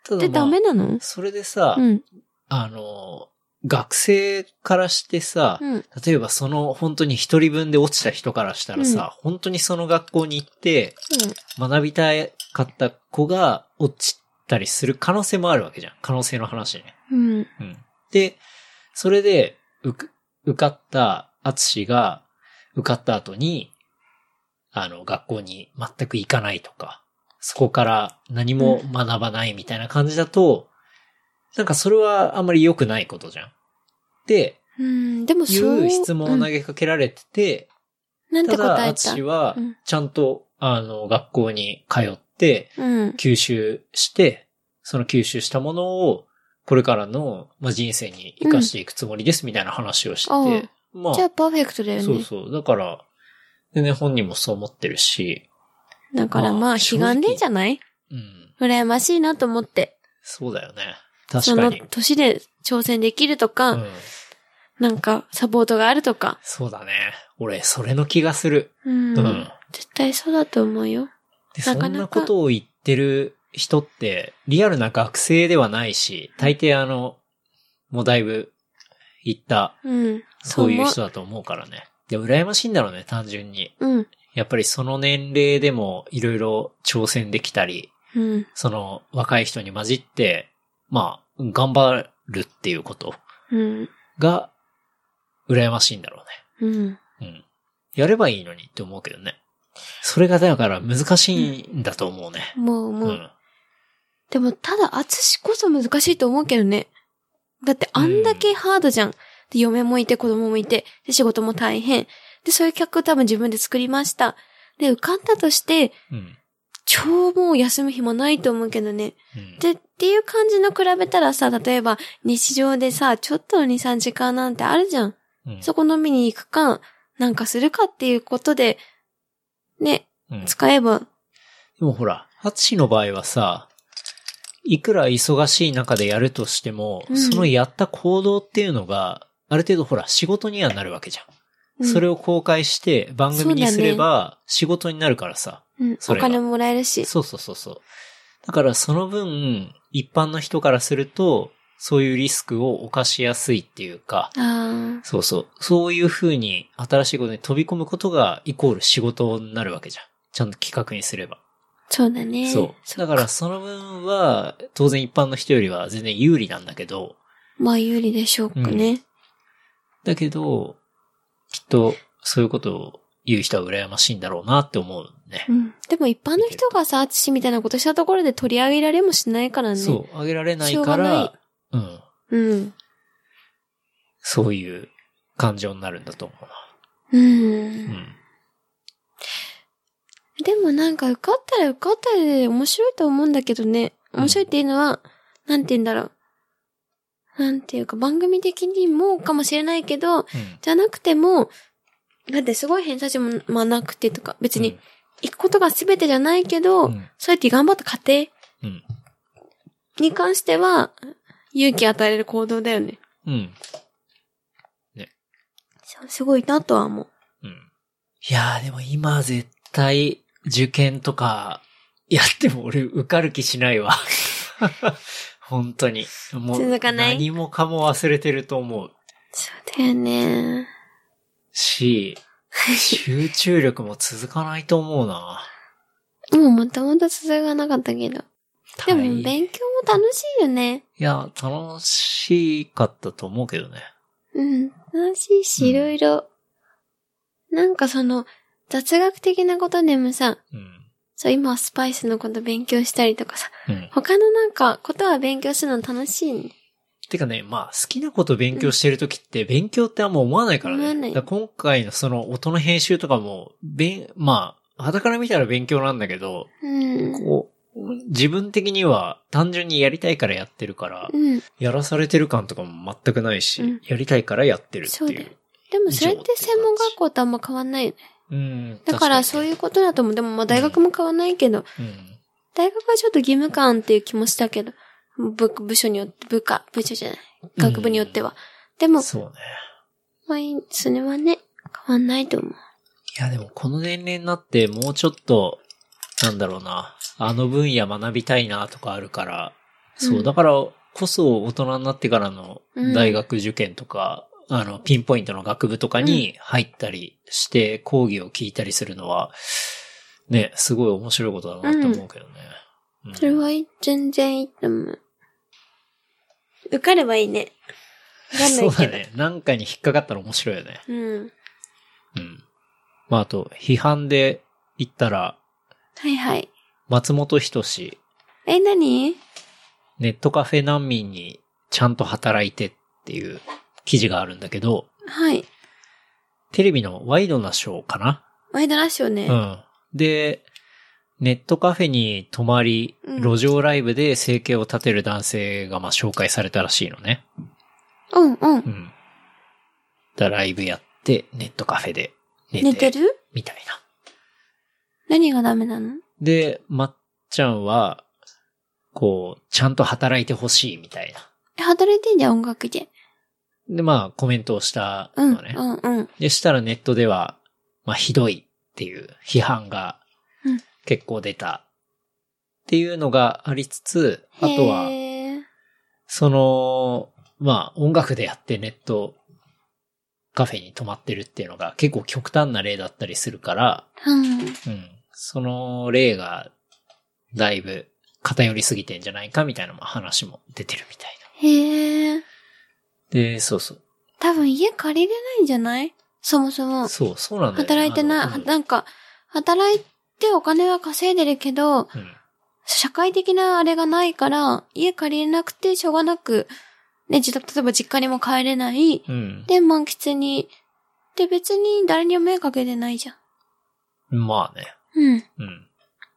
S2: た
S3: で、
S2: だ、
S3: ダ
S2: ま
S3: メ
S2: あ、
S3: なの
S2: それでさ、
S3: うん。
S2: あの、学生からしてさ、
S3: うん。
S2: 例えばその本当に一人分で落ちた人からしたらさ、本当にその学校に行って学びたかった子が落ちたりする可能性もあるわけじゃん。可能性の話ね。
S3: うん。うん。
S2: うん。で、それで、うく、受かった、アツシが、受かった後に、あの、学校に全く行かないとか、そこから何も学ばないみたいな感じだと、なんかそれはあんまり良くないことじゃん。って
S3: うん。でも
S2: い
S3: そう。
S2: う質問を投
S3: うん
S2: げかけられてて、
S3: なん
S2: た
S3: て
S2: だ、
S3: 答え
S2: アツシ
S3: た
S2: は
S3: うん、
S2: ちゃんと、あの、学校に通って、
S3: うん。
S2: 吸収して、その吸収したものを、これからの、まあ、人生に活かしていくつもりですみたいな話をして、まあ、
S3: じゃあ、パーフェクトだよね。
S2: そうそう。だから、でね、本人もそう思ってるし、
S3: だからま
S2: ま
S3: あ、
S2: あ
S3: 悲願でいいんじゃない
S2: うん、
S3: 羨ましいなと思って。
S2: そうだよね。
S3: そ
S2: 確か
S3: の
S2: に。
S3: 年で挑戦できるとか、
S2: うん、
S3: なんかサポートがあるとか。
S2: そうだね。俺、それの気がする。
S3: うん。
S2: うん
S3: 絶対そうだと思うよ。
S2: で
S3: な
S2: そ
S3: かなか
S2: んなことを言ってる人って、リアルな学生ではないし、大抵あの、もうだいぶ、行った、
S3: うん。
S2: そういう
S3: そ
S2: 人だと思うからね。で、羨ましいんだろうね、単純に。
S3: うん。
S2: やっぱりその年齢でもいろいろ挑戦できたり、
S3: うん。
S2: その若い人に混じって、まあ、頑張るっていうこと
S3: うん。
S2: が、羨ましいんだろ
S3: うん。
S2: うね。うん。やればいいのにって思うけどね。それがだから難しいんだと思うね。
S3: もう
S2: う
S3: もう。
S2: ん。
S3: でも、ただ、厚しこそ難しいと思うけどね。だって、あんだけハードじゃん。で、嫁もいて、子供もいて、で、仕事も大変。で、そういう客多分自分で作りました。で、受かったとして、
S2: うん。
S3: 超もう休む暇ないと思うけどね。
S2: うん。
S3: で、っていう感じの比べたらさ、例えば日常でさ、ちょっとの2、3時間なんてあるじゃん。
S2: うん
S3: そこ飲みに行くか、なんかするかっていうことで、ね、
S2: うん
S3: 使えば、
S2: でもほら、ハチの場合はさ、いくら忙しい中でやるとしても、
S3: うん
S2: そのやった行動っていうのが、ある程度ほら、仕事にはなるわけじゃん。
S3: うん
S2: それを公開して番組にすれば仕事になるからさ。
S3: うん、
S2: そ
S3: お
S2: れが
S3: 金もらえるし。
S2: そうそうそうそう。だからその分、一般の人からすると、そういうリスクを犯しやすいっていうか、
S3: ああ、
S2: そうそう。そういう風に新しいことに飛び込むことがイコール仕事になるわけじゃん。ちゃんと企画にすれば。
S3: そうだね。
S2: そう。だからその分は、当然一般の人よりは全然有利なんだけど、
S3: まあ有利でしょうかね。
S2: だけど、きっとそういうことを言う人は羨ましいんだろうなって思うね。
S3: うん。でも一般の人がさ、アツシみたいなことしたところで取り上げられもしないからね。
S2: そう、あげられない
S3: しょう
S2: か
S3: がない
S2: ら、うん、
S3: う。うん。
S2: そういう感情になるんだと思
S3: う
S2: う。
S3: ん
S2: う。ん。
S3: でもなんか受かったら受かったらで面白いと思うんだけどね。面白いっていうのは、なんて言うんだろう。なんていうか番組的にもかもしれないけど、
S2: うん。
S3: じゃなくても、だってすごい偏差値も、まあ、なくてとか、別に行くことが全てじゃないけ
S2: う
S3: ど、
S2: ん
S3: そうやって頑張った過程
S2: うん。
S3: に関しては、勇気与える行動だよね。
S2: うん。
S3: すすごいなとは思う。
S2: うん。いやーでも今絶対受験とかやっても俺受かる気しないわ。 本当に。もう
S3: 続かない
S2: 何もかも忘れてると思う
S3: そうだよね。
S2: し、集中力も続かないと思うな。
S3: もうもともと続がなかったけど。でも
S2: 大い
S3: 勉強も楽しいよね。
S2: や、楽しかったと思うけどね。
S3: うん。楽しいし、
S2: うん
S3: いろいろ。なんかその、雑学的なことでもさ、
S2: うん。
S3: そう今はスパイスのこと勉強したりとかさ、
S2: うん。
S3: 他のなんかことは勉強するの楽しいね。
S2: てかね、まあ、好きなこと勉強してるときって、勉強ってあんま思わないからね。
S3: 思わない
S2: だから今回のその音の編集とかも、べん、まあ、肌から見たら勉強なんだけど、
S3: うん。
S2: こう、自分的には単純にやりたいからやってるから、
S3: うん。
S2: やらされてる感とかも全くないし、
S3: うん
S2: やりたいからやってるって
S3: そう
S2: い
S3: だよ
S2: う。。
S3: でもそれっ
S2: 以上って
S3: て
S2: 感じ
S3: 専門学校とあんま変わんないよね。
S2: うん。
S3: だからそう
S2: う。
S3: いうことだと思う。でもまあ大学も変わんないけど、
S2: うん。
S3: 大学はちょっと義務感っていう気もしたけど、部、部署によって、部下、部署じゃない、学部によっては。でも、
S2: そうね。
S3: まあいい、それはね、変わんないと思う。
S2: いや、でもこの年齢になって、もうちょっと、なんだろうな、あの分野学びたいなとかあるから、そう、
S3: うん
S2: だからこそ大人になってからの
S3: うん
S2: 大学受験とか、あの、ピンポイントの学部とかに入ったりして、講義を聞いたりするのは、ね、すごい面白いことだなと思うけどね。うん
S3: それはいい、全然いいと思う。受かればいいね。わかんな
S2: そ
S3: いう
S2: だ
S3: けど。
S2: ね。なんかに引っかかったら面白いよね。
S3: うん。
S2: うん。まあ、あと、批判で言ったら、
S3: はいはい。
S2: 松本人志
S3: え、何
S2: ネットカフェ難民にちゃんと働いてっていう記事があるんだけど、
S3: はい。
S2: テレビのワイドなショーかな
S3: ワイドラッシュね。
S2: うん。で、ネットカフェに泊まり、
S3: うん
S2: 路上ライブで生計を立てる男性がまあ紹介されたらしいのね。
S3: うん、うん、
S2: うん。だライブやって、ネットカフェで寝て
S3: 寝てる
S2: みたいな。
S3: 何がダメなの
S2: で、まっちゃんは、こう、ちゃんと働いてほしいみたいな。
S3: え働いてんじゃん、音楽で。
S2: で、まあ、コメントをした
S3: うん、
S2: のね。
S3: うん、うん。
S2: でしたらネットでは、まあ、ひどいっていう批判が
S3: うん
S2: 結構出たっていうのがありつつ、あとは、
S3: へー
S2: その、まあ、音楽でやってネットカフェに泊まってるっていうのが結構極端な例だったりするから、
S3: うん。
S2: うん、その例がだいぶ偏りすぎてんじゃないかみたいなまあ話も出てるみたい
S3: へえ。
S2: な。で、そうそう。
S3: 多分家借りれないんじゃないそもそも。
S2: そう、そうなんだよね
S3: 働いて
S2: あ
S3: な
S2: の
S3: い、
S2: うん
S3: なんか、働いてお金は稼いでるけど、
S2: うん
S3: 社会的なあれがないから、家借りれなくてしょうがなく、ね、自宅、例えば実家にも帰れない。
S2: うん。
S3: で、満喫に。で、別に誰にも迷惑かけてないじゃん。
S2: まあね。
S3: うん。
S2: うん。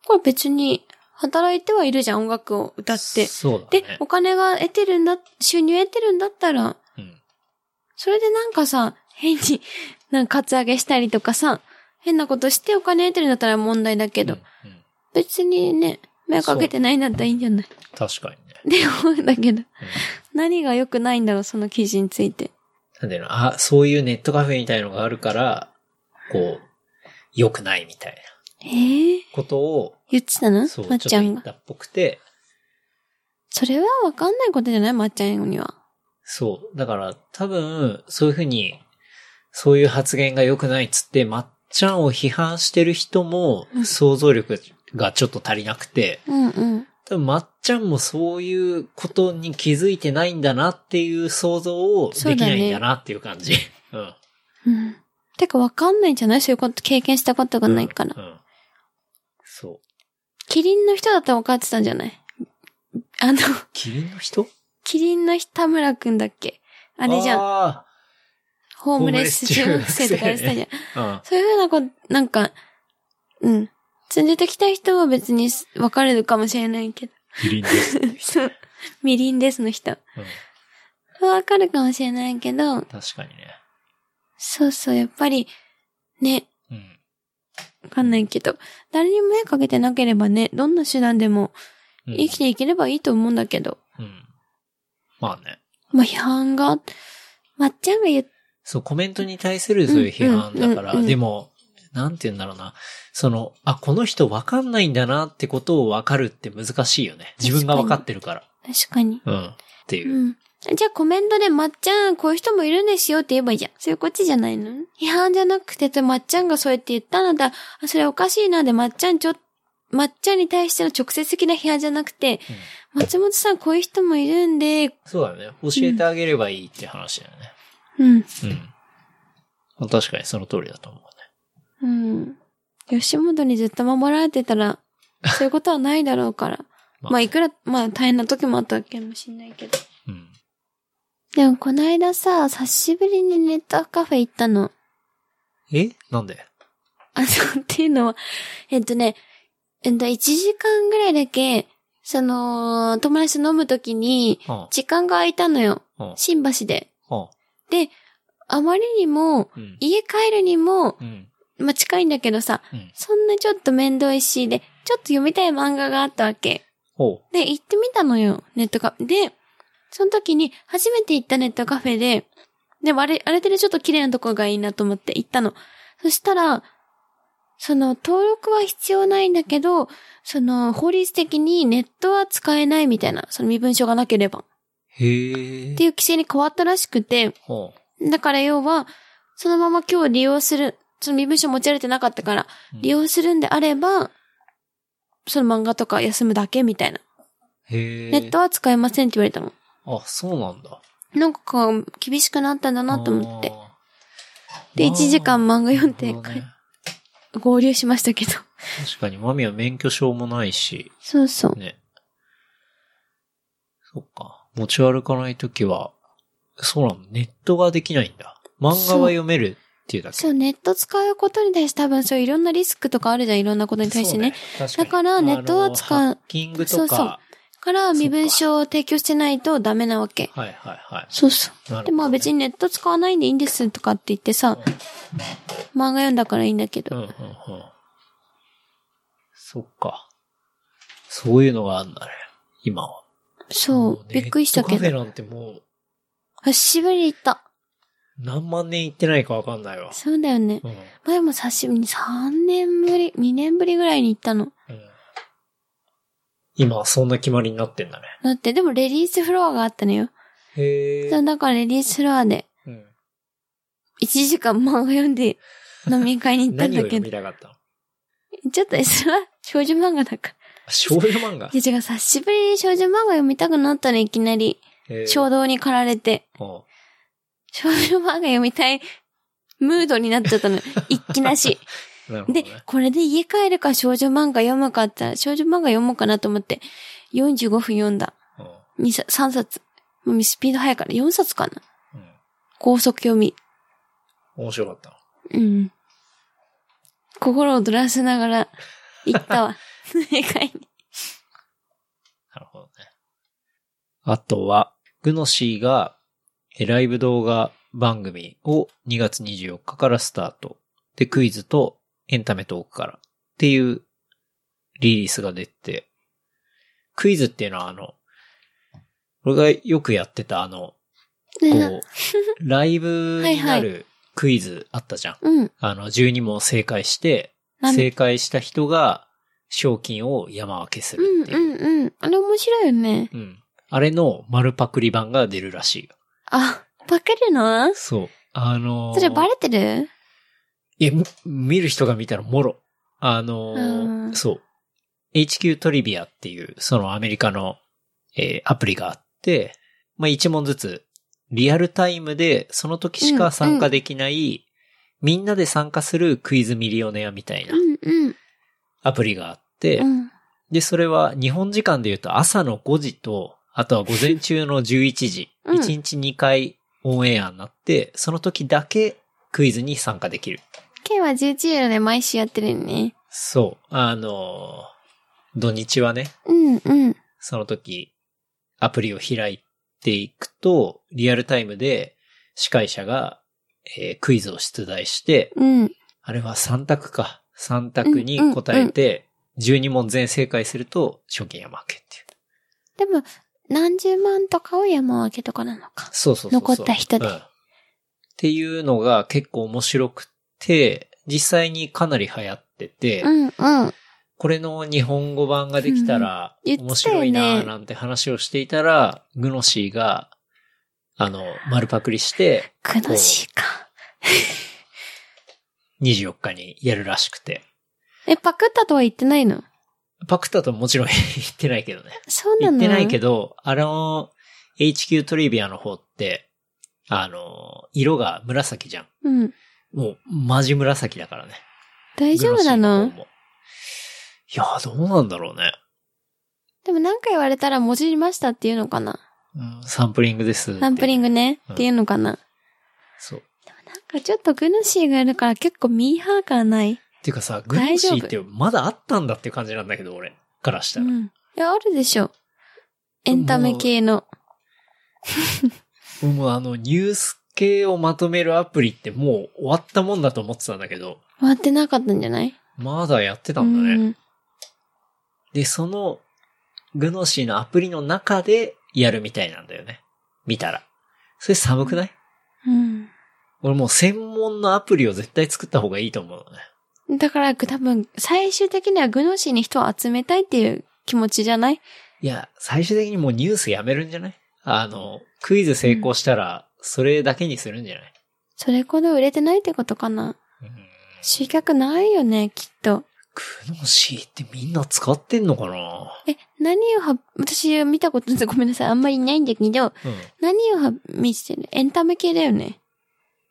S3: これ別に、働いてはいるじゃん、音楽を歌って。
S2: そうだ
S3: で
S2: ね、
S3: お。金が得てるんだ、収入得てるんだったら、
S2: うん
S3: それでなんかさ、変に、 なんかカツアゲしたりとかさ、変なことしてお金得てるんだったら問題だけど、
S2: うんうん
S3: 別にね、迷惑かけてないんだったらいいんじゃない
S2: 確かにね。
S3: で思うんだけど、
S2: うん
S3: 何が良くないんだろう、その記事について。
S2: なんていうの、あ、そういうネットカフェみたいのがあるから、こう、良くないみたいな
S3: ええ
S2: ことを、
S3: 言ってたの
S2: そう、ちょ
S3: ま
S2: っ
S3: っ
S2: と
S3: ちゃん
S2: 言っ
S3: が。
S2: たっぽくて、
S3: それはわかんないことじゃないまっちゃんには。
S2: そう。だから、多分、そういうふうに、そういう発言が良くないっつって、まっちゃんを批判してる人も
S3: う、ん
S2: 想像力がちょっと足りなくて、
S3: うんうん。
S2: 多分、まっちゃんもそういうことに気づいてないんだなっていう想像を
S3: そ
S2: で
S3: う
S2: き
S3: だね
S2: ないんだなっていう感じ。うん。
S3: うん。てかわかんないんじゃないそういうこと経験したことがないから
S2: う。ん。そう。
S3: キリンの人だったら分かってたんじゃないあの、
S2: キリンの人
S3: キリンの田村くんだっけあれじゃん。
S2: ん。
S3: ホームレス中学生とかやってたじゃん。
S2: うん。
S3: そういうふうなこと、なんか、うん。連れてきた人は別に分かれるかもしれないけど。
S2: キリンです。うん。
S3: そう。みりんですの人。わかるかもしれないけど、
S2: 確かにね。
S3: そうそう、やっぱり、ね、
S2: うん。
S3: わかんないけど、誰にも迷惑かけてなければね、どんな手段でも
S2: うん
S3: 生きていければいいと思うんだけど。
S2: うん。まあね。
S3: まあ批判が、まっちゃんが言っ
S2: そう、コメントに対するそういう批判だから、
S3: うんうんうんうん
S2: でも、なんて言うんだろうな。その、あ、この人わかんないんだなってことをわかるって難しいよね。自分がわかってるから。
S3: 確かに。
S2: うん。っていうう。
S3: ん。じゃあコメントでまっちゃん、こういう人もいるんですよって言えばいいじゃん。そういうこっちじゃないの批判じゃなくてて、まっちゃんがそうやって言ったのだ、あそれおかしいなで、まっちゃんちょ、まっちゃんに対しての直接的な批判じゃなくて、松本さんこういう人もいるんで、
S2: そうだよね。教えてあげればいいって話だよね。
S3: うん。
S2: うん。まあ確かにその通りだと思うね。
S3: うん。吉本にずっと守られてた ら、そういうことはないだろうから。
S2: ま
S3: ま
S2: あ
S3: あ、いくら、まあ、大変な時もあったかもしんないけど。
S2: うん。
S3: でも、こないださ、久しぶりにネットカフェ行ったの。
S2: えなんで
S3: あ、そう、っていうのは、えっとね、えっと、1時間ぐらいだけ、その、友達と飲むときに、
S2: あ
S3: 時間が空いたのよ。
S2: あ、あ
S3: 新橋で。
S2: あ、あ
S3: で、あまりにも、
S2: うん。
S3: 家帰るにも、
S2: うん。
S3: まあ、近いんだけどさ、
S2: うん。
S3: そんなちょっと面倒いし、で、ちょっと読みたい漫画があったわけ。
S2: おう。
S3: で、行ってみたのよ、ネットカフェ。で、その時に初めて行ったネットカフェで、でもあれ、あれでちょっと綺麗なとこがいいなと思って行ったの。そしたら、その、登録は必要ないんだけど、その、法律的にネットは使えないみたいな、その身分証がなければ。っ
S2: へえ。
S3: ていう規制に変わったらしくて、
S2: おう。
S3: だから要は、そのまま今日利用する、その身分証持ち歩いてなかったから、
S2: うん
S3: 利用するんであれば、その漫画とか休むだけみたいな。
S2: へえ。
S3: ネットは使えませんって言われたの。
S2: あ、そうなんだ。
S3: なんかこう厳しくなったんだなと思って。
S2: あー。
S3: で、1時間漫画読ん
S2: な
S3: で
S2: るほど
S3: 帰
S2: ね
S3: 合流しましたけど。
S2: 確かに、マミは免許証もないし、
S3: そうそう。
S2: ね。そっか。持ち歩かないときは、そうなの、ネットができないんだ。漫画は読めるっていうだけ。
S3: そう、ネット使うことに対して多分そういろんなリスクとかあるじゃん、いろんなことに対してね。
S2: そうね。確
S3: だからネットは使う
S2: あのハッキングとか。
S3: そうそうから身分証を提供してないとダメなわけ。
S2: はいはいはい。
S3: そうそう。
S2: なるほどね
S3: で、まあ別にネット使わないんでいいんですとかって言ってさ、漫画読んだからいいんだけ
S2: うん
S3: ど。
S2: うんうん。そっか。そういうのがあんだね。今は。
S3: そう、びっくりしたけ
S2: ネットカフェ
S3: ど。
S2: なんてもう、
S3: 久しぶりに行った。
S2: 何万年行ってないかわかんないわ。
S3: そうだよね。
S2: うん。
S3: 前も久しぶりに3年ぶり、2年ぶりぐらいに行ったの。
S2: うん今はそんな決まりになってんだね。
S3: だって、でもレディースフロアがあったのよ。
S2: へ
S3: そう、だからレディースフロアで
S2: うん。
S3: 1時間漫画読んで飲み会に行ったん
S2: 何を読
S3: だけ
S2: み
S3: ど。
S2: たか ったの
S3: ちょっとそれは少女漫画だから。
S2: 少女漫画
S3: いや違う、久しぶりに少女漫画読みたくなったの、いきなり。衝
S2: 動。
S3: 動に駆られて。
S2: うん
S3: 少女漫画読みたいムードになっちゃったの。一気なし。
S2: なるほど
S3: で
S2: ね。、
S3: これで家帰るか少女漫画読むかって言ったら、少女漫画読もうかなと思って、45分読んだ。
S2: うん
S3: 2さ3冊。もうスピード速いから4冊かな。
S2: うん
S3: 高速読み。
S2: 面白かったの。
S3: うん。心を踊らせながら行ったわ。世界に。
S2: なるほどね。あとは、グノシーが、えライブ動画番組を2月24日からスタート。で、クイズとエンタメトークからっていうリリースが出て、クイズっていうのはあの、俺がよくやってたあの、こう、ライ ブになるクイズあったじゃん。
S3: うん。
S2: あの、12問正解して、
S3: なん
S2: 正解した人が賞金を山分けす
S3: う
S2: る
S3: ん
S2: っていう。
S3: うんうん。あれ面白いよね。
S2: うん。あれの丸パクリ版が出るらしいよ。
S3: あ、パクるの
S2: そう。あのー
S3: それバレてる
S2: いや、み見る人が見たらもろ。あのー
S3: うん
S2: そう。HQ トリビアっていう、そのアメリカの、えーアプリがあって、まあ、1問ずつ、リアルタイムで、その時しか参加できない、みんなで参加するクイズミリオネアみたいな
S3: うんうん。
S2: アプリがあって、
S3: うん。
S2: で、それは日本時間で言うと朝の5時と、あとは午前中の11時、
S3: うん
S2: 1日2回オンエアになって、その時だけクイズに参加できる。
S3: K は11ユーロで毎週やってるよね。
S2: そう。あのー土日はね、
S3: うんうん。
S2: その時、アプリを開いていくと、リアルタイムで司会者が、えークイズを出題して、
S3: うん。
S2: あれは3択か。3択に答えて、12問全正解すると、賞金山分けっていう。
S3: でも、何十万とかを山分けとかなのか。
S2: そうそうそうそう。
S3: 残った人で
S2: うんっていうのが結構面白くて、実際にかなり流行ってて、
S3: うんうん。
S2: これの日本語版ができたら
S3: うん言って
S2: 面
S3: たよ
S2: 白
S3: ね
S2: いなーなんて話をしていたら、グノシーが、あの、丸パクリして
S3: くのしいか。
S2: 24日にやるらしくて。
S3: え、パクったとは言ってないの
S2: パクったとはもちろん言ってないけどね。
S3: そうな
S2: 言
S3: の
S2: ってないけど、
S3: ど。
S2: あの、HQ トリビアの方って、あの、色が紫じゃん。
S3: うん。
S2: もう、マジ紫だからね。
S3: 大丈
S2: グロ
S3: 夫な
S2: シー
S3: の
S2: 方もいやー、どうなんだろうね。
S3: でも何か言われたら、もじりましたっていうのかな
S2: うん、サンプリングですって。
S3: サンプリングね。
S2: うん
S3: っていうのかな
S2: そう。
S3: なんかちょっとグヌシーがいるから結構ミーハー感ない。
S2: っていうかさ、グノシーってまだあったんだっていう感じなんだけど、俺からした
S3: う
S2: ら。
S3: ん。いや、あるでしょ。エンタメ系の。
S2: もうあの、ニュース系をまとめるアプリってもう終わったもんだと思ってたんだけど、
S3: 回ってなかったんじゃない
S2: まだやってた
S3: うん
S2: だね。
S3: ん。
S2: で、その、グノシーのアプリの中でやるみたいなんだよね。見たら。それ寒くない
S3: うん。
S2: 俺もう専門のアプリを絶対作った方がいいと思うのね。
S3: だから、多分、最終的にはグノシーに人を集めたいっていう気持ちじゃない
S2: いや、最終的にもうニュースやめるんじゃないあの、クイズ成功したら、それだけにするんじゃない、
S3: それほど売れてないってことかな。
S2: うん
S3: 集客ないよね、きっと。
S2: クノシーってみんな使ってんのかな
S3: え、何をは、私見たことないごめんなさい、あんまりいないんだけど、
S2: うん。
S3: 何をは、見してるエンタメ系だよね。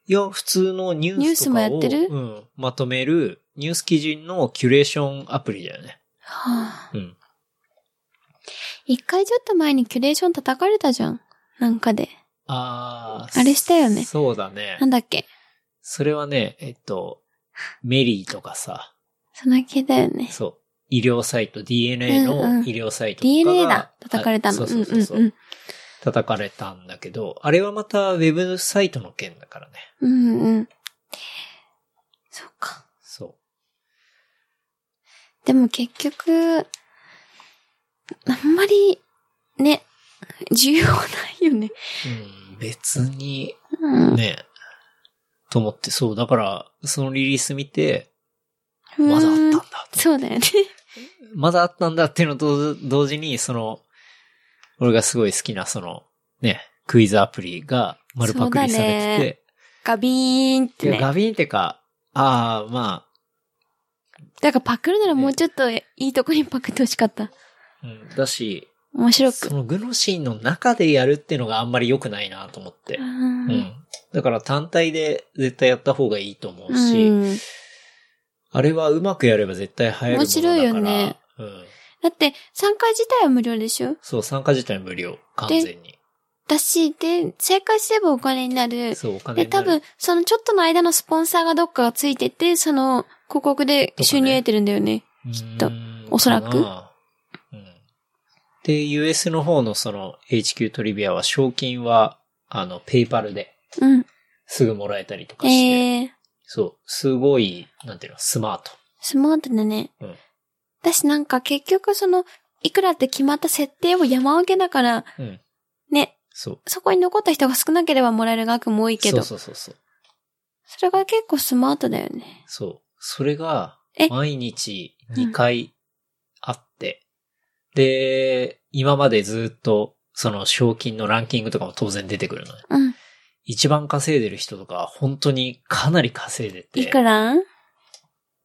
S2: いや、普通のニュースとかを
S3: ニュースもやってる
S2: うん。まとめる、ニュース基準のキュレーションアプリだよね。
S3: はあ。
S2: うん。
S3: 一回ちょっと前にキュレーション叩かれたじゃん。なんかで。
S2: あー
S3: あれしたよね
S2: そうだね
S3: な。んだっけ
S2: それはね、えっと、メリーとかさ、
S3: その系だよね。
S2: そう。医療サイト、DNA
S3: うんう
S2: の
S3: ん
S2: 医療サイトとかが、
S3: DNA だ叩かれたの。
S2: あ
S3: う
S2: そ
S3: ん
S2: うそうそうそうう、
S3: ん
S2: 叩かれたんだけど、あれはまたウェブサイトの件だからね。
S3: うん。うんうん。そっか。
S2: そ
S3: でも結局、あんまり、ね、需要ないよね。
S2: う。うん、別に、
S3: うん。
S2: ね、と思って、そう。だから、そのリリース見て、まだあったん
S3: う
S2: だ
S3: ん。そうだよね。
S2: まだあったんだっていうのと同時に、その、俺がすごい好きな、その、ね、クイズアプリが丸パクリされ
S3: そうだね
S2: て、
S3: ガビーンってて
S2: いやガ
S3: ね。
S2: ビンってか、ああ、ま
S3: だからパクるならもうちょっといいとこにパクってほしかった。
S2: あ、うん、だし、
S3: 面白く。
S2: そのグノシーの中でやるっていうのがあんまり良くないなと思って
S3: う。
S2: うんん。だから単体で絶対やった方がいいと思うし、
S3: うん。
S2: あれはうまくやれば絶対流行るものだから。
S3: 面白いよね。
S2: うん。
S3: だって、参加自体は無料でしょ
S2: そう、参加自体無料、完全に。
S3: だし、で、正解すればお金になる。
S2: そう、お金
S3: で、
S2: にな
S3: 多
S2: る
S3: 分、そのちょっとの間のスポンサーがどっかがついてて、その広告で収入得てるんだよね。
S2: き
S3: っとおそらく
S2: うん。で、US の方のその HQ トリビアは賞金は、あの、ペイパルで
S3: うん。
S2: すぐもらえたりとかして、
S3: えー、
S2: そう、すごい、なんていうの、スマート。
S3: スマートだね。
S2: うん
S3: だしなんか結局その、いくらって決まった設定を山分けだから、
S2: うん。
S3: ね、
S2: そう。
S3: そこに残った人が少なければもらえる額も多いけど、そ
S2: そうそうそうそう。
S3: れが結構スマートだよね。
S2: そう。それが
S3: え、
S2: 毎日2回あって、で、今までずっと、その賞金のランキングとかも当然出てくるのね。
S3: うん。
S2: 一番稼いでる人とか、本当にかなり稼いでて。
S3: いくら
S2: い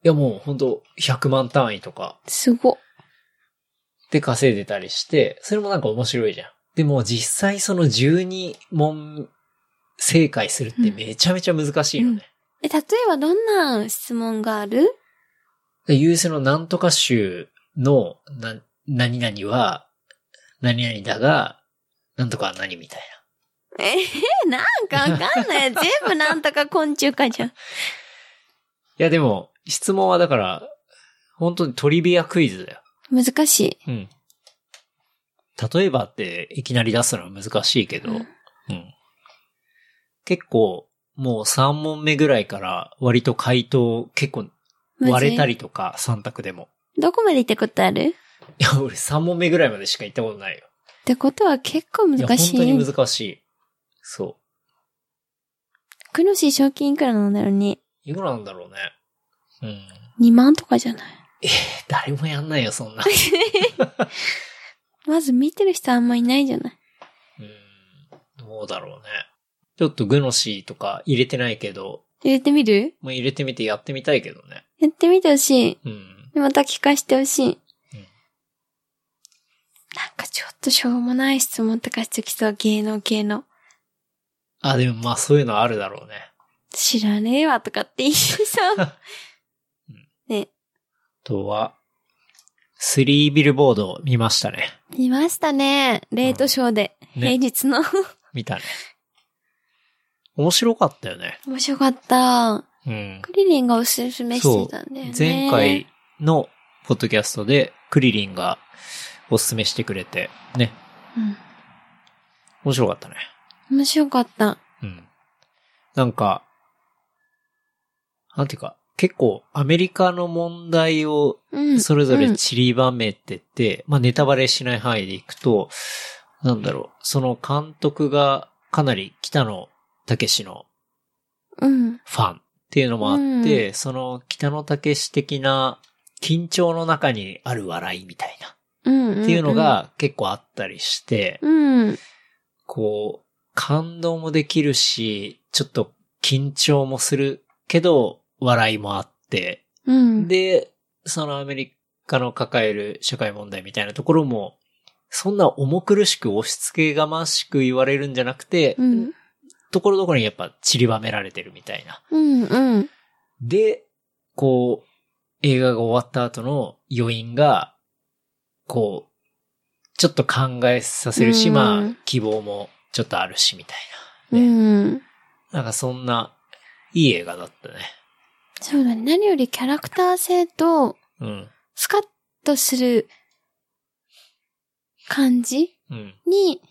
S2: やもう本当100万単位とか
S3: すご。
S2: で稼いでたりして、それもなんか面白いじゃん。でも実際その12問正解するってめちゃめちゃ難しいのね。
S3: え、例えばどんな質問がある
S2: で US のなんとか州のな何々は、何々だが、なんとかは何みたい
S3: えー、なんかわか んない。全部なんとか昆虫かじゃん。
S2: な。いやでも、質問はだから、本当にトリビアクイズだよ。
S3: 難しい。
S2: うん。例えばっていきなり出すのは難しいけど、
S3: うん
S2: うん。結構、もう3問目ぐらいから割と回答結構割れたりとか、3択でも。
S3: どこまで行ったことある
S2: いや、俺3問目ぐらいまでしか行ったことないよ。
S3: ってことは結構
S2: いや、
S3: 難
S2: 本
S3: し
S2: 当
S3: い。
S2: に難しい。そ
S3: クロシー賞金いくらなんだろうね。
S2: う。いくらなんだろうね。うん。
S3: 2万とかじゃない
S2: 誰もやんないよ、そんな。
S3: まず見てる人あんまいないじゃない。
S2: うん。どうだろうね。ちょっとグノシーとか入れてないけど、
S3: 入れてみる
S2: もう入れてみてやってみたいけどね。
S3: やってみてほしい。
S2: うん。
S3: でまた聞かしてほしい。
S2: うん
S3: なんかちょっとしょうもない質問とかしてきそう。芸能系の。
S2: あ、でもまあそういうのあるだろうね。
S3: 知らねえわとかって言いそう。
S2: あとは、スリービルボードを見ましたね。
S3: 見ましたね。レートショーで。平
S2: ね。
S3: 日の。
S2: 見たね。面白かったよね。
S3: 面白かった。
S2: うん。
S3: クリリンがおすすめしてたんだよね。
S2: 前回。のポッドキャストでクリリンがおすすめしてくれて、ね。
S3: う
S2: 面白かったね。
S3: ん。面白かった。
S2: うん。なんか、なんていうか、結構アメリカの問題を
S3: うん。
S2: それぞ
S3: う
S2: れ
S3: ん
S2: 散りばめてて、まあネタバレしない範囲でいくと、なんだろう、その監督がかなり北野武の
S3: うん。
S2: ファンっていうのもあって、その北野武的な緊張の中にある笑いみたいな
S3: うん。
S2: っていうの。が結構あったりして、
S3: うん。
S2: こう、感動もできるし、ちょっと緊張もするけど、笑いもあって、
S3: うん。
S2: で、そのアメリカの抱える社会問題みたいなところも、そんな重苦しく押し付けがましく言われるんじゃなくて、
S3: うん。
S2: ところどころにやっぱ散りばめられてるみたいな。
S3: うん。うん。
S2: で、こう、映画が終わった後の余韻が、こう、ちょっと考えさせるし、
S3: うん
S2: まあ、希望もちょっとあるし、みたいうな、ね
S3: ん。
S2: なんかそんな、いい映画だったね。
S3: そうだね。何よりキャラクター性と、
S2: うん。
S3: スカッとする感じ
S2: うん。
S3: に、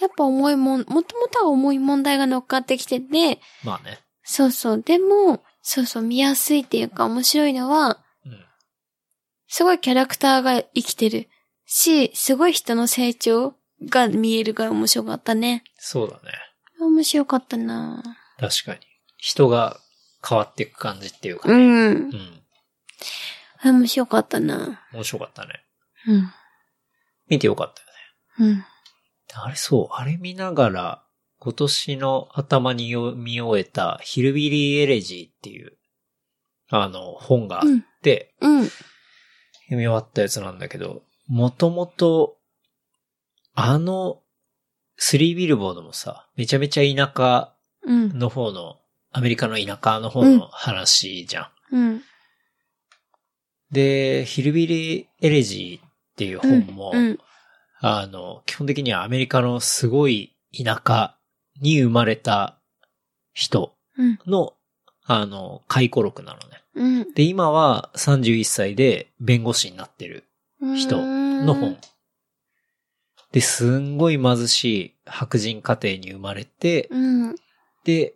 S3: やっぱ重いもん、もともとは重い問題が乗っかってきてて、
S2: まあね。
S3: そうそう。でも、そうそう、見やすいっていうか面白いのは、
S2: うん。
S3: すごいキャラクターが生きてるし、すごい人の成長が見えるから面白かったね。
S2: そうだね。
S3: 面白かったな
S2: 確かに。人が変わっていく感じっていうか
S3: う
S2: ね。
S3: ん
S2: う。ん。
S3: 面白かったな
S2: 面白かったね。
S3: うん。
S2: 見てよかったよね。
S3: うん。
S2: あれそう、あれ見ながら、今年の頭によ見終えた、ヒルビリー・エレジーっていう、あの、本があって、
S3: うん。
S2: 読み終わったやつなんだけど、もともと、あの、スリービルボードもさ、めちゃめちゃ田舎
S3: うん。
S2: の方の、アメリカの田舎の方の話じゃん。
S3: うん。
S2: で、ヒルビリー・エレジーっていう本も、
S3: うん。
S2: あの、基本的にはアメリカのすごい田舎に生まれた人
S3: うん。
S2: の、あの、回顧録なのね。
S3: うん。
S2: で、今は31歳で弁護士になってる
S3: うん。
S2: 人の本。で、すんごい貧しい白人家庭に生まれて、
S3: うん。
S2: で、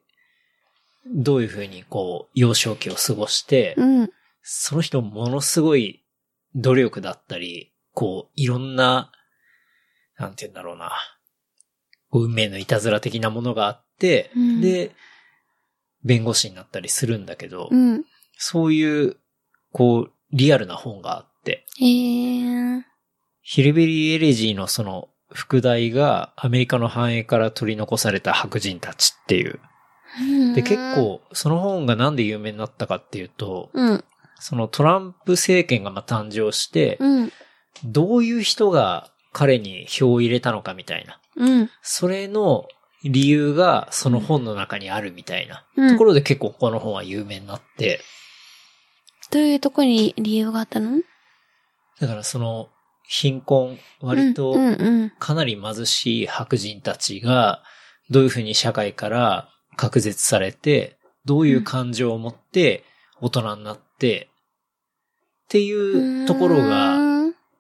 S2: どういうふうにこう、幼少期を過ごして、
S3: うん。
S2: その人ものすごい努力だったり、こう、いろんな、なんて言うんだろうな、こう運命のいたずら的なものがあって、
S3: うん
S2: で、弁護士になったりするんだけど、
S3: うん。
S2: そういう、こう、リアルな本があって、
S3: えー。
S2: ヒルベリー・エレジーのその、副題がアメリカの繁栄から取り残された白人たちっていう。
S3: うん
S2: で、結。構、その本がなんで有名になったかっていうと、
S3: うん。
S2: そのトランプ政権がまあ誕生して、
S3: うん。
S2: どういう人が彼に票を入れたのかみたいな。
S3: うん。
S2: それの理由がその本の中にあるみたいな。
S3: うん
S2: ところで結構この本は有名になって、
S3: どういうとこに理由があったの
S2: だからその貧困、割と
S3: うん。うん。
S2: かなり貧しい白人たちがどういうふうに社会から隔絶されて、どういう感情を持って大人になって、っていうところが、
S3: うん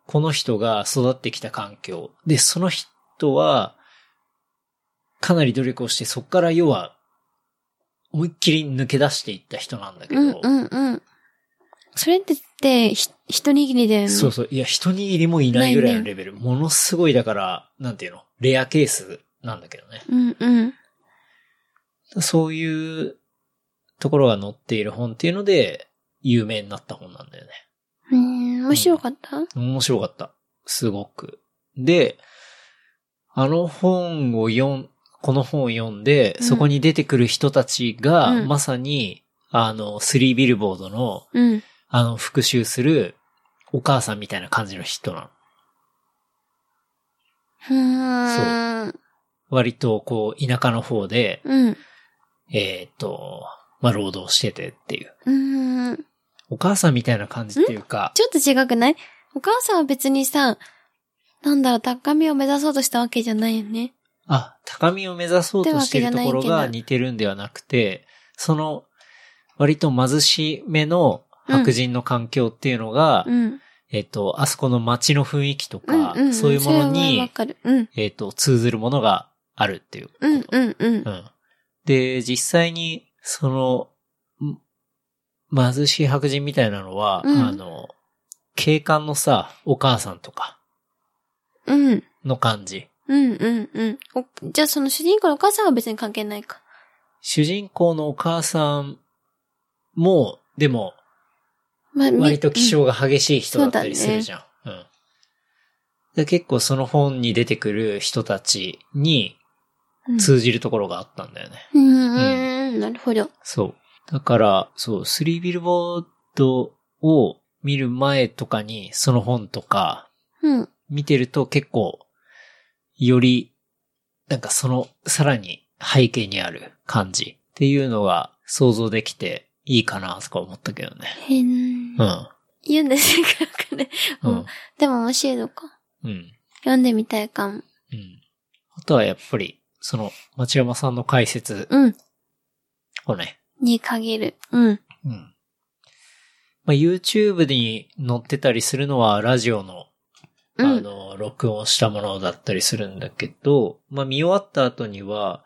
S2: この人が育ってきた環境。で、その人は、かなり努力をして、そこから要は、思いっきり抜け出していった人なんだけ
S3: うん
S2: ど、
S3: うんうん。それってって、ひ、一握りだよね。
S2: そうそう。いや、一握りもいないぐらいのレベル。ものすごい、だから、なんていうの、レアケースなんだけどね。
S3: うんうん。
S2: そういうところが載っている本っていうので、有名になった本なんだよね。
S3: うん、面白かった、
S2: 面白かった。すごく。で、あの本を読ん、この本を読んで、
S3: うん
S2: そこに出てくる人たちが、
S3: うん
S2: まさに、あの、スリービルボードの、
S3: うん。
S2: あの、復讐するお母さんみたいな感じの人なの。
S3: ふーん。
S2: 割と、こう、田舎の方で、
S3: うん。
S2: えっ、と、まあ、労働しててっていう。
S3: うん。
S2: お母さんみたいな感じっていうか、
S3: ちょっと違くないお母さんは別にさ、なんだろう、高みを目指そうとしたわけじゃないよね。
S2: あ、高みを目指そうとしてるところ
S3: ってわけじゃな
S2: が
S3: いけど
S2: 似てるんではなくて、その、割と貧しめの白人の環境っていうのが、
S3: うん。
S2: えっと、あそこの街の雰囲気と
S3: うん
S2: か、
S3: うんん。
S2: そういうもの
S3: それはわ
S2: に、
S3: かる。うん。
S2: えっと、通ずるものがあるっていうこと。
S3: うんうんうん
S2: う。んで、実際に、その、ん貧しい白人みたいなのは、
S3: うん
S2: あの、警官のさ、お母さんとか
S3: うん。
S2: の感じ。
S3: うんうんうん。おじゃあその主人公のお母さんは別に関係ないか。
S2: 主人公のお母さんも、でも、
S3: まあ、み
S2: 割と気
S3: うん
S2: 性が激しい人だったりするじゃん。うん。で結構その本に出てくる人たちに
S3: うん
S2: 通じるところがあったんだよね。
S3: うんうんうん。なるほど。
S2: そう。だから、そう、スリービルボードを見る前とかに、その本とか
S3: うん。
S2: 見てると結構、より、なんかその、さらに背景にある感じっていうのが想像できていいかなとか思ったけどね。
S3: 変
S2: う。
S3: 読んでせっかくね。
S2: ん。う
S3: うん
S2: ん。
S3: でも面白いのか。
S2: うん。
S3: 読んでみたいかも。
S2: うん。あとはやっぱり、その、町山さんの解説
S3: うん。
S2: をね。
S3: に限る。うん。
S2: うん。まあ、YouTube に載ってたりするのは、ラジオの、あ
S3: うん。
S2: の、録音したものだったりするんだけど、まあ、見終わった後には、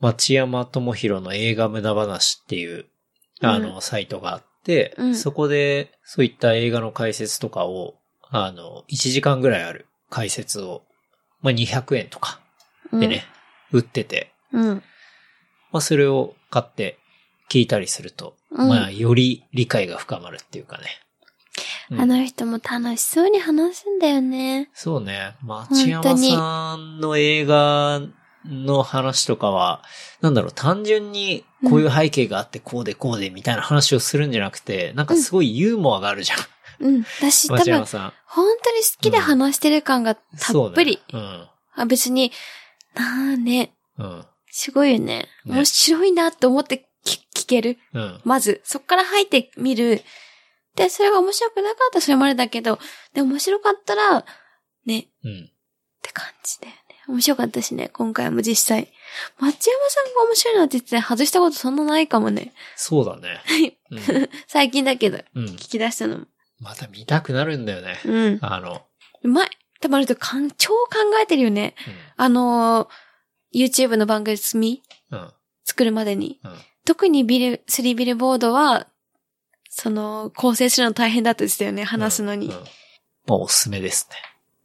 S2: 町山智博の映画無駄話っていう、あの、サイトがあって、
S3: うん
S2: そこで、そういった映画の解説とかを、あの、1時間ぐらいある解説を、まあ、200円とか
S3: うん
S2: でね、売ってて、
S3: うん。
S2: まあ、それを買って聞いたりすると、
S3: うん
S2: まあ、より理解が深まるっていうかね。うん
S3: あの人も楽しそうに話すんだよね。
S2: そうね。町
S3: 本当
S2: 山
S3: に
S2: さんの映画の話とかは、なんだろう、単純にこういう背景があって、こうでこうでみたいな話をするんじゃなくて、なんかすごいユーモアがあるじゃん。
S3: うん。だ し、多
S2: 町
S3: 分
S2: 山、さん。
S3: 本当に好きで話してる感がた
S2: そう
S3: っぷり。
S2: ね。
S3: あ別に、なあね、
S2: うん。うん。
S3: すごいよね。
S2: ね
S3: 面白いなって思って聞聞ける。
S2: うん。
S3: まず、そっから入ってみる。で、それが面白くなかったらそれまでだけど、で、面白かったら、ね、っ
S2: うん。
S3: て感じだよね。面白かったしね、今回も実際。町山さんが面白いなって言って外したことそんなないかもね。
S2: そうだ ね。
S3: 最近だけど、
S2: うん。うん。
S3: 聞き出したのも。
S2: また見たくなるんだよね。
S3: うん。
S2: あの、
S3: うまい。多分あるとかん、超考えてるよね。あのー YouTube の番組
S2: うん。うん。
S3: 作るまでに。
S2: うん。
S3: 特にビル、スリービルボードは、その、構成するの大変だったですよね、話すのに。
S2: うんうんまあ、おすすめです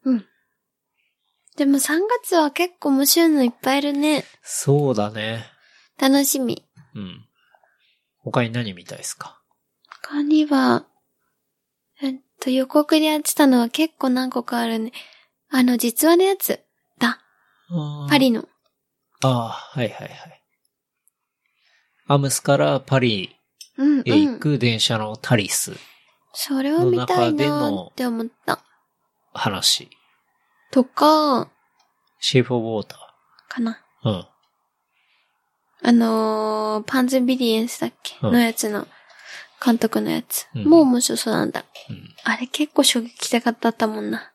S2: ね。
S3: でも3月は結構面白いのいっぱいいるね。
S2: そうだね。
S3: 楽しみ。
S2: うん。他に何見たいですか
S3: 他には、えっと、予告でやってたのは結構何個かあるね。あの、実話のやつだ。パリの。
S2: ああ、はいはいはい。アムスからパリ
S3: うん、うん。
S2: へ行く電車のタリス
S3: それを見たいなーって思った。
S2: 話。
S3: とか、
S2: シェイプオブウォータ
S3: かな。
S2: ー。
S3: あのー、パンズビリエンスだっけ、
S2: うん
S3: のやつの、監督のやつ。
S2: うん
S3: もう面白そうなんだ。
S2: うん
S3: あれ結構衝撃高かったもんな。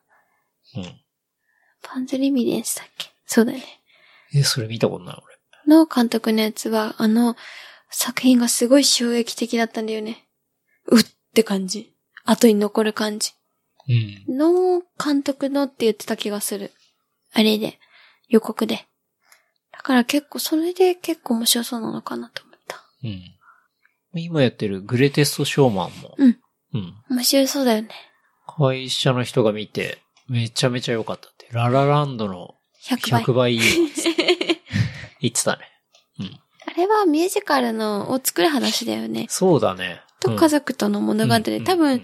S2: うん。うん。
S3: パンズリビリエンスだっけそうだよね。
S2: え、それ見たことない俺。
S3: の監督のやつは、あの、作品がすごい衝撃的だったんだよね。うって感じ。後に残る感じ。
S2: うん。
S3: の監督のって言ってた気がする。あれで。予告で。だから結構、それで結構面白そうなのかなと思った。
S2: うん。今やってるグレテストショーマンも
S3: うん
S2: うん。
S3: 面白そうだよね。
S2: 会社の人が見て、めちゃめちゃ良かったって。ララランドの
S3: 100倍。
S2: 100倍いいよっつって言ってた ね。
S3: あれはミュージカルのを作る話だよね。
S2: そうだね。
S3: と家族との物語で、多分、、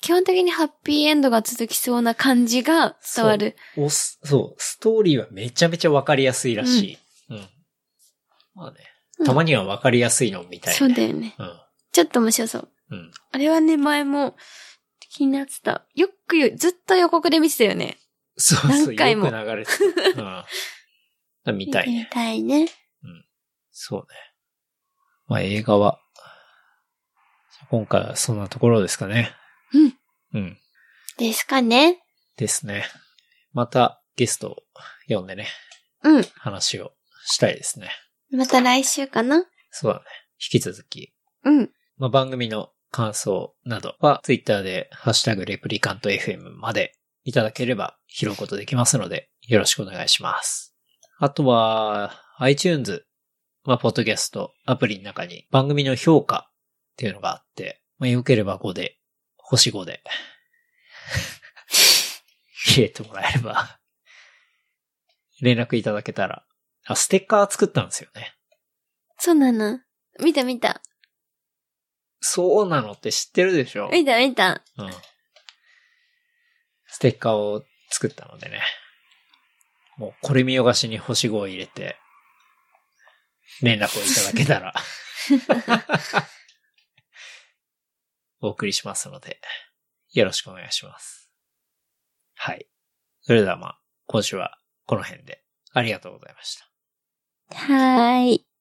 S3: 基本的にハッピーエンドが続きそうな感じが伝わる。
S2: おす、そう、ストーリーはめちゃめちゃわかりやすいらしい。うん。まあね
S3: うん。
S2: たまにはわかりやすいのみたい
S3: そ
S2: な、
S3: う
S2: ね。
S3: だよね。
S2: うん。
S3: ちょっと面白そう。
S2: うん。
S3: あれはね、前も気になってた。よくよ、ずっと予告で見てたよね。
S2: そうそう、
S3: 何回も
S2: よく流れてた。うん。見たい
S3: 見
S2: ね。
S3: たいね。
S2: そうね。まあ映画は、今回はそんなところですかね。
S3: うん。
S2: うん。
S3: ですかね。
S2: ですね。またゲストを呼んでね、
S3: うん。
S2: 話をしたいですね。
S3: また来週かな
S2: そうだね。引き続き
S3: うん。
S2: まあ、番組の感想などは、ツイッターで、ハッシュタグレプリカント FM までいただければ拾うことできますので、よろしくお願いします。あとは、iTunes、まあ、ポッドキャストアプリの中に番組の評価っていうのがあって、まあ、良ければ5で、星5で、 入れてもらえれば、連絡いただけたら、あ、ステッカー作ったんですよね。
S3: そうなの。見た見た。
S2: そうなのって知ってるでしょ
S3: 見た見た。
S2: うん。ステッカーを作ったのでね。もうこれ見よがしに星5を入れて、連絡をいただけた ら、お送りしますので、よろしくお願いします。はい。それではまあ、今週はこの辺でありがとうございました。
S3: はーい。